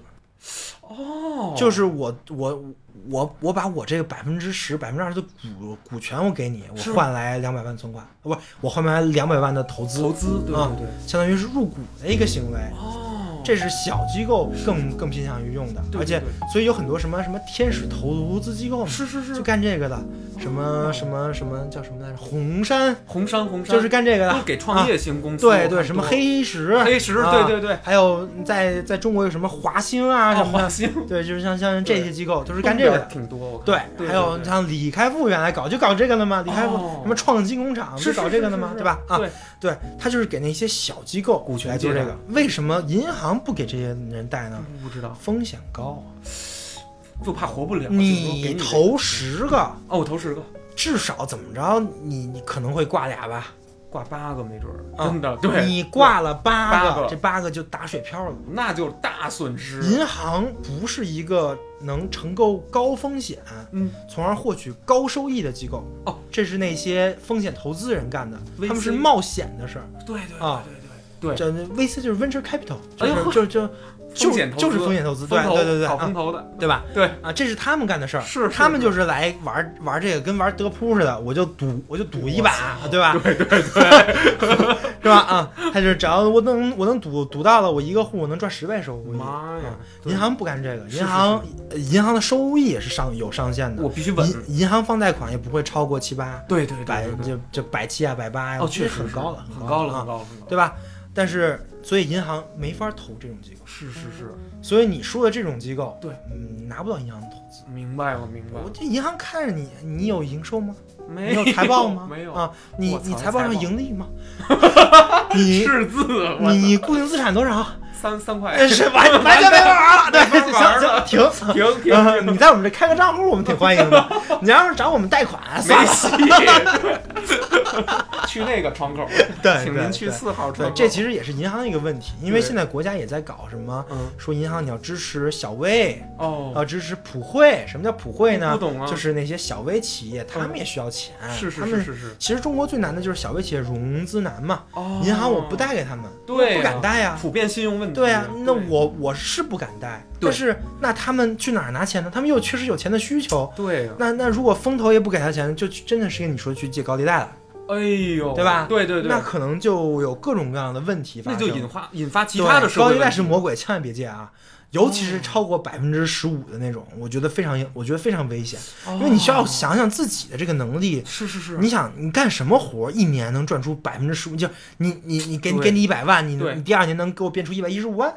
S1: 哦，
S2: 就是我我我我把我这个百分之十、百分之二十的股股权我给你，
S1: 是
S2: 我换来两百万存款，不，我换来两百万的投资，
S1: 投资，对
S2: 啊
S1: 对对。
S2: 相当于是入股的一个行为。
S1: 哦，
S2: 这是小机构更更偏向于用的，
S1: 对
S2: 而且
S1: 对对
S2: 所以有很多什么什么天使投资机构嘛，
S1: 是是，
S2: 就是干这个的，什么什么什么叫什么来着？红杉
S1: 红杉红杉
S2: 就是干这个
S1: 都
S2: 的
S1: 是，给创业型公司，
S2: 对
S1: 我
S2: 对，
S1: 看
S2: 什么
S1: 多哦
S2: 黑石
S1: 黑石
S2: 啊
S1: 对对对
S2: 还有在在中国有什么华兴啊
S1: 啊
S2: 什么
S1: 华
S2: 的，
S1: 兴
S2: 对，就是像像这些机构都是
S1: 是
S2: 干这个的。
S1: 挺多，我看
S2: 对，
S1: 对
S2: 还有
S1: 对
S2: 像李开复原来搞就搞这个的嘛，李开复
S1: 哦
S2: 什么创新工啊厂不
S1: 是
S2: 搞这个的
S1: 是
S2: 嘛，
S1: 是
S2: 对吧？啊，
S1: 对，
S2: 对，他就是给那些小机构
S1: 股权
S2: 来做
S1: 借
S2: 这
S1: 贷
S2: 个。为什么银行不给这些人贷呢？
S1: 不知道，
S2: 风险高啊，
S1: 就怕活不了。就是嗯说给你
S2: 你投十个，
S1: 哦，我投十个，
S2: 至少怎么着，你你可能会挂俩吧？
S1: 挂八个没准儿，
S2: 啊
S1: 真的对，
S2: 你挂了八
S1: 八个
S2: 这八个就打水漂了。
S1: 那就是大损失。啊
S2: 银行不是一个能承购高风险，
S1: 嗯，
S2: 从而获取高收益的机构。
S1: 哦，
S2: 这是那些风险投资人干的，
S1: VC
S2: 他们是冒险的事儿。
S1: 对对
S2: 啊
S1: 对对对。
S2: 这 VC 就是 venture capital，就
S1: 哎
S2: 是、
S1: 呦
S2: 就就
S1: 风
S2: 就
S1: 险投资
S2: 就是风险投资，对
S1: 风投
S2: 对对对，
S1: 搞
S2: 啊
S1: 风投的，
S2: 对吧？
S1: 对
S2: 啊，这是他们干的事儿，
S1: 是是
S2: 他们就是来玩玩这个，跟玩德扑似的，我就赌，我就赌一把，对吧？对对对， 是吧？啊，他就是只要我能我能赌赌到了，我一个户我能赚十倍收益。
S1: 妈呀
S2: 啊！
S1: 对
S2: 银行不干这个，
S1: 是
S2: 银行呃银行的收益也是上有上限的，
S1: 我必须稳。
S2: 银银行放贷款也不会超过七八
S1: 对对对
S2: 百
S1: 对，对
S2: 就就百七啊百八呀，
S1: 哦，
S2: 我觉
S1: 确
S2: 得
S1: 实
S2: 很
S1: 是
S2: 高了，
S1: 很
S2: 高
S1: 高了，很高了，
S2: 啊，
S1: 很高了
S2: 对吧？但是所以银行没法投这种机构，
S1: 是是是，
S2: 所以你说的这种机构，
S1: 对
S2: 嗯，拿不到银行的投资。
S1: 明白了明白
S2: 我
S1: 了。
S2: 这银行看着你，你有营 收吗？
S1: 没
S2: 你有财报 吗？
S1: 没有，
S2: 啊，你
S1: 我操
S2: 你财报上
S1: 财报
S2: 盈 利吗？你
S1: 赤字，我
S2: 你你固定资产多少？
S1: 三三块，
S2: 哎是完完全没法 玩了，对，
S1: 没法玩
S2: 行行
S1: 了
S2: 停。
S1: 停 停
S2: 啊
S1: 停，
S2: 你在我们这开个账户，我们挺欢迎的。你要是找我们贷款，算
S1: 没
S2: 了。
S1: 戏。 去那个窗口，
S2: 对
S1: 请
S2: 对
S1: 您去
S2: 对
S1: 四号窗
S2: 对，
S1: 口。
S2: 这其实也是银行的一个问题，因为
S1: 对
S2: 现在国家也在搞什么，
S1: 嗯
S2: 说银行你要支持小微，
S1: 哦，
S2: 要支持普惠。什么叫普惠呢？
S1: 不懂啊嗯
S2: 就是那些小微企业，他们也需要钱。
S1: 是是
S2: 哦他
S1: 是
S2: 们
S1: 是是，
S2: 其实中国最难的就是小微企业融资难嘛，
S1: 哦，
S2: 银行我不贷给他们，
S1: 对啊
S2: 不敢贷呀、
S1: 普遍信用问题。
S2: 对呀、那我我是不敢贷，
S1: 对
S2: 但是那他们去哪儿拿钱呢？他们又确实有钱的需求。
S1: 对啊，
S2: 那那如果风投也不给他钱，就真的是跟你说去借高利贷了，
S1: 哎呦，
S2: 对吧
S1: 对对对，
S2: 那可能就有各种各样的问题发
S1: 那
S2: 生。
S1: 就引发引发其
S2: 对
S1: 他的社会
S2: 高利贷
S1: 问题哦
S2: 是魔鬼，千万别借啊！尤其是超过百分之十五的那种，我觉得非常，我觉得非常危险，因为你需要
S1: 哦
S2: 想想自己的这个能力。
S1: 是是是，
S2: 你想，你干什么活儿一年能赚出百分之十五？就你你你给你
S1: 对
S2: 给你一百万，你
S1: 对啊
S2: 你第二年能给我变出一百一十五万？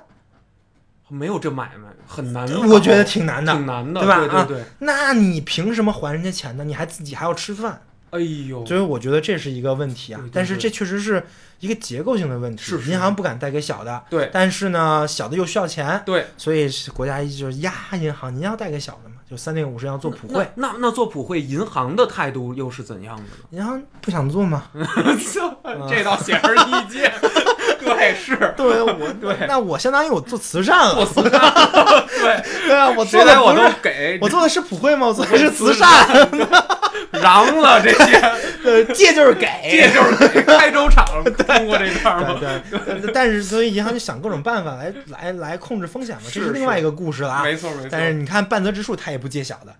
S1: 没有这买卖很难搞，
S2: 我觉得挺难的
S1: 挺。难的，
S2: 对吧啊
S1: 对对
S2: 那你凭什么还人家钱呢？你还自己还要吃饭，
S1: 对，哎呦，
S2: 所以我觉得这是一个问题啊
S1: 对对。
S2: 但是
S1: 对
S2: 这确实是一个结构性的问题，
S1: 是是
S2: 银行不敢贷给小的，
S1: 对
S2: 但是呢，小的又需要钱，
S1: 对，
S2: 所以是国家就是压银行，您要贷给小的嘛，就三令五申要做普惠，
S1: 那那那做普惠，银行的态度又是怎样的呢？
S2: 银行不想做吗？
S1: 这倒显而易见， 对，是
S2: 对， 我
S1: 对
S2: 那我相当于我做慈善了，
S1: 慈善， 对，
S2: 对啊，我
S1: 谁
S2: 做的
S1: 来我
S2: 不
S1: 都
S2: 是
S1: 给，
S2: 我做的是普惠吗？我做的是慈
S1: 慈
S2: 善，
S1: 瓤了这些，
S2: 呃， 借就是给，
S1: 这就是给开州厂通过这段
S2: 对
S1: 吗？
S2: 对，对但是所以银行就想各种办法来 来来控制风险嘛，这
S1: 是
S2: 是另
S1: 是
S2: 外一个故事了啊。
S1: 没错没错，
S2: 但是你看半泽直树，他也不借小的，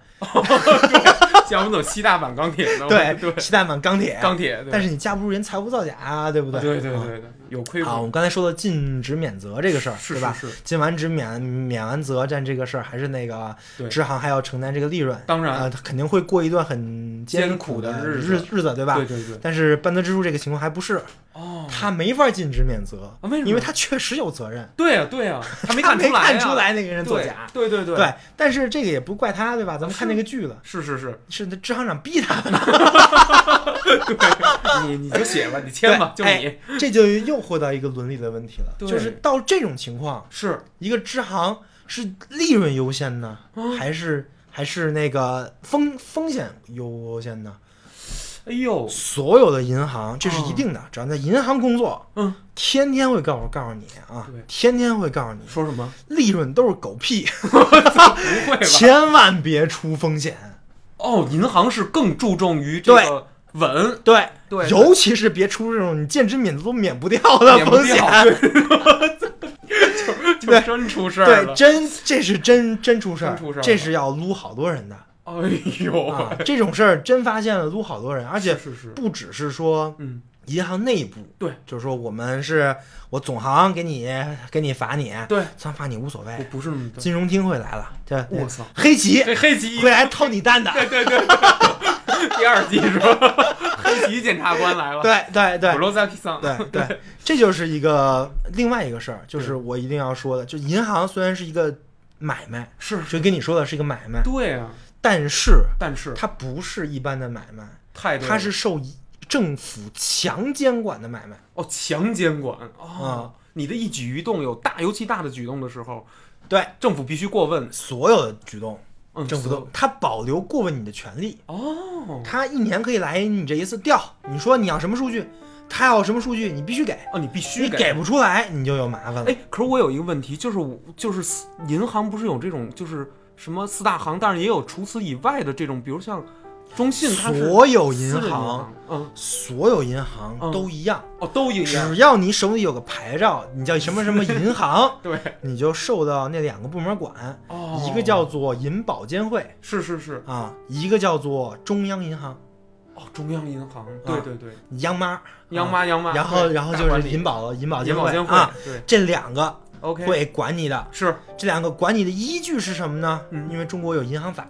S1: 像我们走西大版钢铁呢，
S2: 哦对
S1: 对，
S2: 七代版钢铁，啊
S1: 钢铁，对
S2: 但是你架不住人财务造假啊，对不对？
S1: 对对对
S2: 啊
S1: 对，对有亏
S2: 啊，我
S1: 无
S2: 们刚才说的禁止免责这个事儿，
S1: 是
S2: 对吧？
S1: 是是
S2: 禁完止免免完责，但这个事儿还是那个
S1: 对
S2: 支行还要承担这个利润，
S1: 当然
S2: 啊，他肯定会过一段很艰苦
S1: 艰苦的
S2: 日
S1: 日子
S2: 日子，对吧？
S1: 对对对，
S2: 但是半泽直树这个情况还不是，
S1: 哦，
S2: 他没法禁止免责，
S1: 啊为什么
S2: 因为他确实有责任，
S1: 对呀对呀，啊他没
S2: 他
S1: 看
S2: 没
S1: 出来
S2: 看
S1: 呀
S2: 出来那个人作
S1: 对
S2: 假，
S1: 对对对，啊
S2: 对。但是这个也不怪他，对吧？咱们
S1: 是
S2: 看那个剧了，
S1: 是是是，
S2: 是那支行长逼他的。
S1: 对，你你就写吧，你签吧，就
S2: 对哎
S1: 你
S2: 这就又回到一个伦理的问题了，
S1: 对
S2: 就是到这种情况，
S1: 是
S2: 一个支行是利润优先呢，
S1: 啊
S2: 还是还是那个风风险优先呢？
S1: 哎呦，
S2: 所有的银行这是一定的，只要你在银行工作，
S1: 啊嗯，
S2: 天天会告诉告诉你啊
S1: 对，
S2: 天天会告诉你，
S1: 说什么？
S2: 利润都是狗屁，啊
S1: 不会吧？
S2: 千万别出风险。
S1: 哦，银行是更注重于这个稳，
S2: 对
S1: 对
S2: 尤其是别出这种你见之免责都免不掉的
S1: 免不
S2: 风险。
S1: 掉，对就就
S2: 对
S1: 真出事儿
S2: 对，
S1: 了。
S2: 真这是真真出事儿，
S1: 真出事儿
S2: 这
S1: 了
S2: 是要撸好多人的。
S1: 哎呦，
S2: 啊，这种事儿真发现了，撸好多人，而且
S1: 是是是
S2: 不只是说
S1: 嗯，
S2: 银行内部，
S1: 对，
S2: 就是说我们是我总行给你给你罚你，
S1: 对，
S2: 算罚你无所
S1: 我
S2: 谓，
S1: 不是那么的。
S2: 金融厅会来了，这
S1: 哎我操，
S2: 黑棋
S1: 这黑棋
S2: 会来掏你 蛋的，
S1: 对对对， 第二季是吧？黑棋检察官来了，
S2: 对对对
S1: 普罗萨克桑，
S2: 对对，这就是一个另外一个事儿，就是我一定要说的，就银行虽然是一个买卖，
S1: 是
S2: 就跟你说的是一个买卖，
S1: 对啊，
S2: 但是
S1: 但是
S2: 它不是一般的买卖，
S1: 太对了
S2: 它是受政府强监管的买卖。
S1: 哦强监管哦
S2: 啊，
S1: 你的一举一动有大尤其大的举动的时候，
S2: 对，
S1: 政府必须过问，
S2: 所有的举动，
S1: 嗯，
S2: 政府
S1: 所
S2: 都他保留过问你的权利，
S1: 哦
S2: 他一年可以来你这一次调，你说你要什么数据，他要什么数据，你必须给，
S1: 哦，你必须
S2: 你给不出来，你就有麻烦了。
S1: 哎，可是我有一个问题，就是我就是四银行不是有这种就是什么四大行，但是也有除此以外的这种，比如像中信，它是
S2: 所有银
S1: 私人
S2: 行，，
S1: 嗯，
S2: 所有银行
S1: 嗯
S2: 都一样，
S1: 哦，都一样，，
S2: 只要你手里有个牌照，你叫什么什么银行
S1: 对，
S2: 你就受到那两个部门管，
S1: 哦，
S2: 一个叫做银保监会
S1: 是是是，
S2: 啊，一个叫做中央银行，
S1: 哦，中央银行，对对对，
S2: 央妈，
S1: 央妈央妈，
S2: 啊然后
S1: 对
S2: 然后
S1: 大
S2: 就
S1: 管
S2: 是
S1: 理
S2: 银保银保
S1: 银
S2: 监
S1: 保监
S2: 啊，
S1: 会，对
S2: 这两个
S1: ，OK，
S2: 会管你的。
S1: 是
S2: 这两个管你的依据是什么呢？
S1: 嗯
S2: 因为中国有银行法，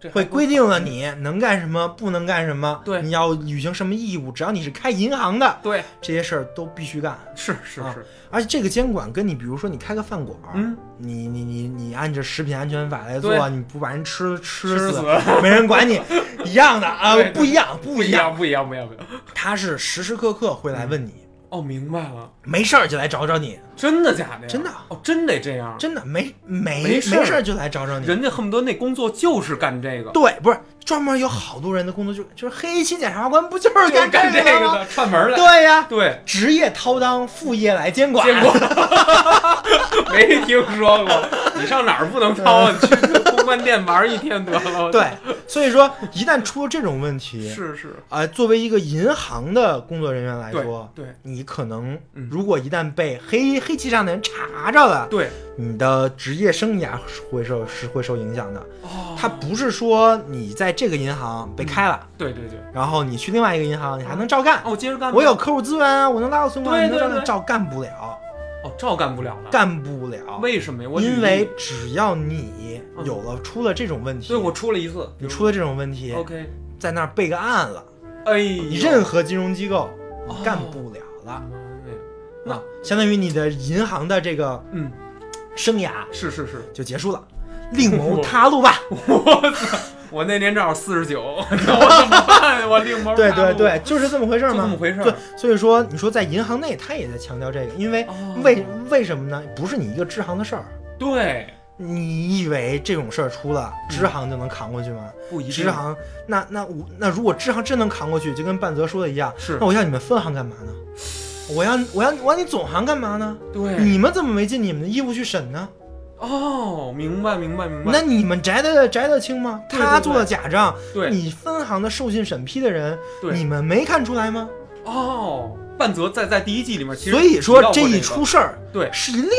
S1: 这还
S2: 会
S1: 不
S2: 规定了你能干什么，不能干什么，
S1: 对
S2: 你要履行什么义务，只要你是开银行的，
S1: 对，
S2: 这些事儿都必须干。
S1: 是是
S2: 啊
S1: 是，
S2: 而且这个监管跟你，比如说你开个饭馆，
S1: 嗯，
S2: 你你你你按着食品安全法来做，
S1: 对
S2: 你不把人吃吃
S1: 吃
S2: 死，没人管 你，一样的啊
S1: 对，对
S2: 不一样，不
S1: 不
S2: 一
S1: 一
S2: 样，
S1: 样不一样不一样不一样，
S2: 他是时时刻刻会来问你，
S1: 哦，明白了，
S2: 没事儿就来找找你，
S1: 真的假的呀？
S2: 真的
S1: 哦，真得这样，
S2: 真的没没
S1: 没事儿
S2: 事儿就来找找你。
S1: 人家恨不得那工作就是干这个，
S2: 对，不是专门有好多人的工作就就是黑心检察官，不 就是
S1: 就是干这
S2: 这
S1: 个
S2: 吗？
S1: 的，串门儿的，
S2: 对呀、
S1: 对，
S2: 职业掏当，副业来监管。
S1: 见过， 没听说过。你上哪儿不能掏啊？你去公关店玩一天得了。，
S2: 对，所以说一旦出了这种问题，
S1: 是是，
S2: 啊、作为一个银行的工作人员来
S1: 对
S2: 说，
S1: 对
S2: 你可能
S1: 嗯
S2: 如果一旦被黑、黑旗上的人查着了，
S1: 对，
S2: 你的职业生涯是会受是会受影响的。
S1: 哦，
S2: 它不是说你在这个银行被开了，
S1: 对对对，
S2: 然后你去另外一个银行，你还能照干。
S1: 嗯哦，接着干吧，
S2: 我有客户资源啊，我能拉到存款，
S1: 对
S2: 你能照
S1: 对
S2: 干，
S1: 对
S2: 照干不了，
S1: 哦，照干不了了。
S2: 干不了。
S1: 为什么呀？我
S2: 因
S1: 举
S2: 为
S1: 例
S2: 只要你
S1: 嗯
S2: 有了出了这种问题
S1: 对，我出了一次，
S2: 你出了这种问题，
S1: OK，
S2: 在那儿备个案了，
S1: 哦哎
S2: 你
S1: 呦，
S2: 任何金融机构
S1: 哦
S2: 你干不了了。
S1: 妈呀
S2: 那相当于你的银行的这个
S1: 嗯，
S2: 生涯
S1: 是是是，
S2: 就结束了，另谋他 路吧。
S1: 我那年正好四十九， 我怎么办呀？我另谋
S2: 对
S1: 他
S2: 对
S1: 路，
S2: 对，就是这么回事
S1: 就
S2: 儿
S1: 这
S2: 嘛
S1: 么。回事
S2: 对
S1: 儿。，
S2: 所以说你说在银行内，他也在强调这个，因为
S1: 哦
S2: 为为什么呢？不是你一个支行的事儿。
S1: 对，
S2: 你以为这种事儿出了，支行就能扛过去吗？
S1: 不嗯一
S2: 支
S1: 定
S2: 行，那那我那如果支行真能扛过去，就跟半泽说的一样，
S1: 是
S2: 那我要你们分行干嘛呢？我要我要我要你总行干嘛呢？
S1: 对
S2: 你们怎么没尽你们的义务去审呢？
S1: 哦，明白明白明白。
S2: 那你们摘得摘得清吗？
S1: 对对
S2: 他
S1: 对
S2: 做了假账，
S1: 对
S2: 你分行的授信审批的人，
S1: 对
S2: 你们没看出来吗？
S1: 哦，半泽在在第一季里面，其实
S2: 所以说
S1: 提到过
S2: 这
S1: 这个
S2: 一出事儿
S1: 对
S2: 是一溜，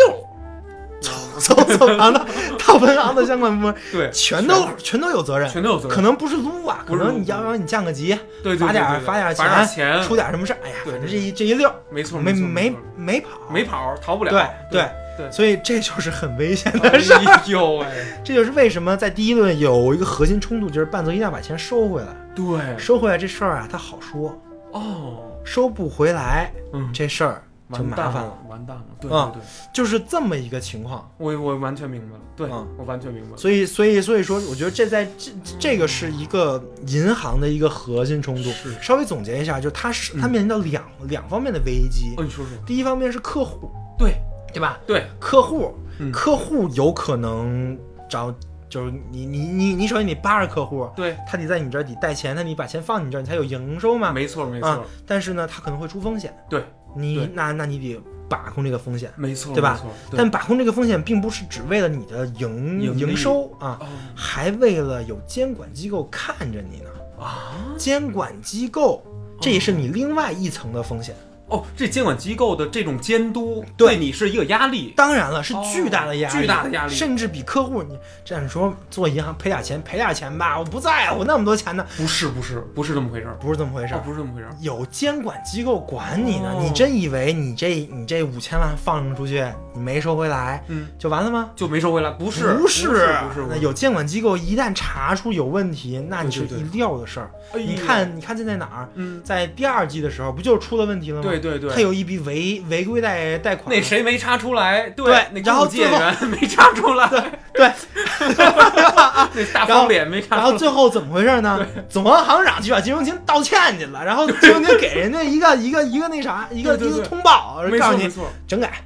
S2: 从从总行的到分行的相关部门
S1: 对
S2: 全都全都有责任，
S1: 全都有责任，
S2: 可能不是撸啊，
S1: 不
S2: 可
S1: 是撸
S2: 能你要让你降个级，
S1: 对对
S2: 罚
S1: 对
S2: 点
S1: 对
S2: 儿
S1: 对
S2: 罚点儿
S1: 罚点儿
S2: 钱，
S1: 钱
S2: 出点什么事儿，哎呀，
S1: 对
S2: 反正
S1: 对
S2: 这一这一溜儿
S1: 没错
S2: 没
S1: 错
S2: 没
S1: 错
S2: 没跑
S1: 没跑逃不了，
S2: 对
S1: 对
S2: 对
S1: 对
S2: 所以这就是很危险 的，
S1: 哎呦喂，
S2: 这就是为什么在第一轮有一个核心冲突，就是半泽一定要把钱收回来。
S1: 对
S2: 收回来这事儿啊，他好说；
S1: 哦，
S2: 收不回来
S1: 嗯，
S2: 这事儿就
S1: 完
S2: 麻
S1: 蛋
S2: 烦了，，
S1: 完蛋了，对
S2: 啊
S1: 对对，
S2: 就是这么一个情况。
S1: 我我完全明白了，对
S2: 嗯
S1: 我完全明白了，
S2: 所以，所以，所以说，我觉得这在这这个是一个银行的一个核心冲突。
S1: 是
S2: 稍微总结一下，就它是
S1: 嗯
S2: 它面临到两、两方面的危机
S1: 哦，。你说说，
S2: 第一方面是客户，
S1: 对
S2: 对吧？
S1: 对，
S2: 客户，
S1: 嗯
S2: 客户有可能找，就是你你你你首先你扒着客户，
S1: 对，
S2: 他得在你这儿得带钱，他得把钱放你这儿，你才有营收嘛。
S1: 没错没
S2: 啊
S1: 错，
S2: 但是呢，它可能会出风险。
S1: 对，
S2: 你
S1: 对
S2: 那那你得把控这个风险，
S1: 没错
S2: 对吧？
S1: 没错对
S2: 但把控这个风险并不是只为了你的营
S1: 盈利
S2: 营收啊，
S1: 哦
S2: 还为了有监管机构看着你呢。
S1: 啊
S2: 监管机构，
S1: 嗯
S2: 这也是你另外一层的风险。
S1: 哦，这监管机构的这种监督
S2: 对
S1: 你是一个压力，
S2: 当然了，是巨大的压力，
S1: 哦巨大的压力
S2: 甚至比客户你这样说做银行赔点钱赔点钱吧，我不在乎那么多钱呢，
S1: 不是不是不是这么回事儿，
S2: 不是这么回事
S1: 哦
S2: 儿。
S1: 不是这么回事儿，
S2: 有监管机构管你呢，
S1: 哦
S2: 你真以为你这你这五千万放出去，你没收回来
S1: 嗯。
S2: 就完了吗？
S1: 就没收回来，不是
S2: 不
S1: 是
S2: 是
S1: 不不
S2: 那
S1: 是，
S2: 有监管机构一旦查出有问题，那你是
S1: 对对
S2: 一
S1: 对
S2: 料的事儿。
S1: 哎呦
S2: 你，看，你看这在哪儿？
S1: 嗯，
S2: 在第二季的时候，不就出了问题了吗？
S1: 对对对，
S2: 嗯他有一笔违违规贷贷款，
S1: 那谁没查出来？对
S2: 对
S1: 那
S2: 然后
S1: 公务借
S2: 最后
S1: 员 没查出来，
S2: 对，啊
S1: 那大方脸没
S2: 然
S1: 查出
S2: 后
S1: 来，
S2: 最后怎么回 事呢？总行行长去找金融厅道歉去了，然后金融厅给人家一个一个一个那啥，一个
S1: 对对
S2: 一个
S1: 对
S2: 通报，
S1: 没
S2: 告
S1: 错
S2: 诉
S1: 没
S2: 你
S1: 错，
S2: 整改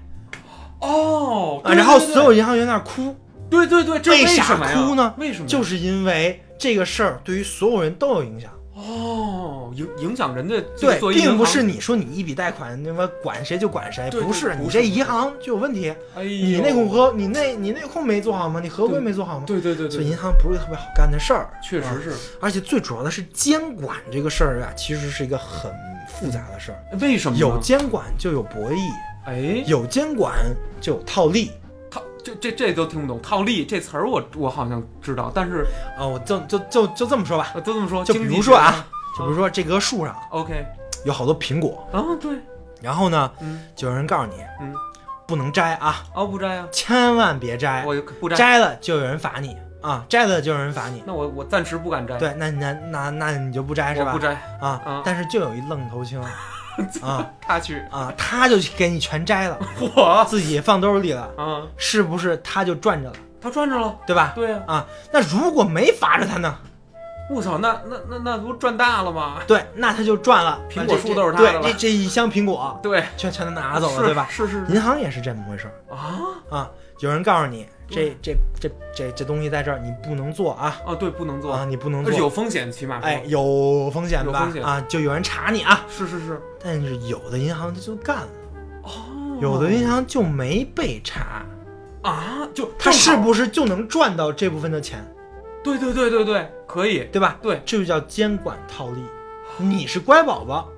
S1: 哦，
S2: 啊，
S1: 对
S2: 然后
S1: 对对
S2: 所有银行员在那儿哭，
S1: 对对对，这
S2: 为啥
S1: 什么呀？
S2: 哭呢
S1: 为什么呀？
S2: 就是因为这个事儿对于所有人都有影响。
S1: 哦，影影响人家这个
S2: 对
S1: 作，为啊银
S2: 并不
S1: 行
S2: 是你说你一笔贷款，他妈管谁就管谁，
S1: 对
S2: 不
S1: 对
S2: 是
S1: 不
S2: 你
S1: 是
S2: 这
S1: 不是
S2: 银行就有问题，
S1: 哎呦，
S2: 你内控和你内你内控没做好吗？你合规
S1: 对
S2: 没做好吗？
S1: 对对对
S2: 所以
S1: 对，
S2: 银行不是一个特别好干的事儿，
S1: 确
S2: 啊
S1: 实是。
S2: 而且最主要的是监管这个事儿啊，其实是一个很复杂的事儿。
S1: 为什么呢
S2: 有监管就有博弈，
S1: 哎，
S2: 有监管就有套利
S1: 套这这这都听不懂，套利这词儿我我好像知道，但是
S2: 啊！我就就就就这么说吧，
S1: 呃都这么说，
S2: 就比
S1: 经济
S2: 如说
S1: 学
S2: 啊
S1: 家，
S2: 就比如说这棵树上
S1: ，OK
S2: 有好多苹果，
S1: 啊，对，
S2: 然后呢，
S1: 嗯
S2: 就有人告诉你，
S1: 嗯，
S2: 不能摘啊，
S1: 啊不摘啊，
S2: 千万别摘，
S1: 我不摘，嗯
S2: 摘了就有人罚你啊，摘了就有人罚你。
S1: 那我我暂时不敢摘，
S2: 对，那那那那你就不摘是
S1: 我
S2: 吧
S1: 不？摘，
S2: 啊
S1: 嗯，
S2: 但是就有一愣头青 啊
S1: 他去，
S2: 啊，他就给你全摘了，
S1: 我
S2: 自己放兜里了，
S1: 啊，
S2: 是不是他就赚着了，
S1: 他赚着了，
S2: 对吧？
S1: 对呀，
S2: 啊，那如果没罚着他呢？
S1: 我操，那那那那不赚大了吗？
S2: 对，那他就赚了，
S1: 苹果树都是他的
S2: 对，
S1: 了
S2: 这这一箱苹果
S1: 对，
S2: 全全都拿走了，
S1: 是
S2: 对吧？
S1: 是是是
S2: 银行也是这么回事儿
S1: 啊
S2: 啊，有人告诉你这
S1: 对
S2: 这这这这东西在这儿，你不能做啊
S1: 啊，对，不能做，
S2: 啊，你不能
S1: 而且有
S2: 做，
S1: 风险，起码说
S2: 哎，，有风险
S1: 有
S2: 吧
S1: 风险
S2: 啊，就有人查你啊。
S1: 是是是，
S2: 但是有的银行它就干了，
S1: 哦，
S2: 有的银行就没被查，
S1: 啊，就
S2: 它是
S1: 正好
S2: 不是就能赚到这部分的钱，
S1: 对对对对对，可以，
S2: 对吧？
S1: 对，
S2: 这就叫监管套利。你是乖宝宝，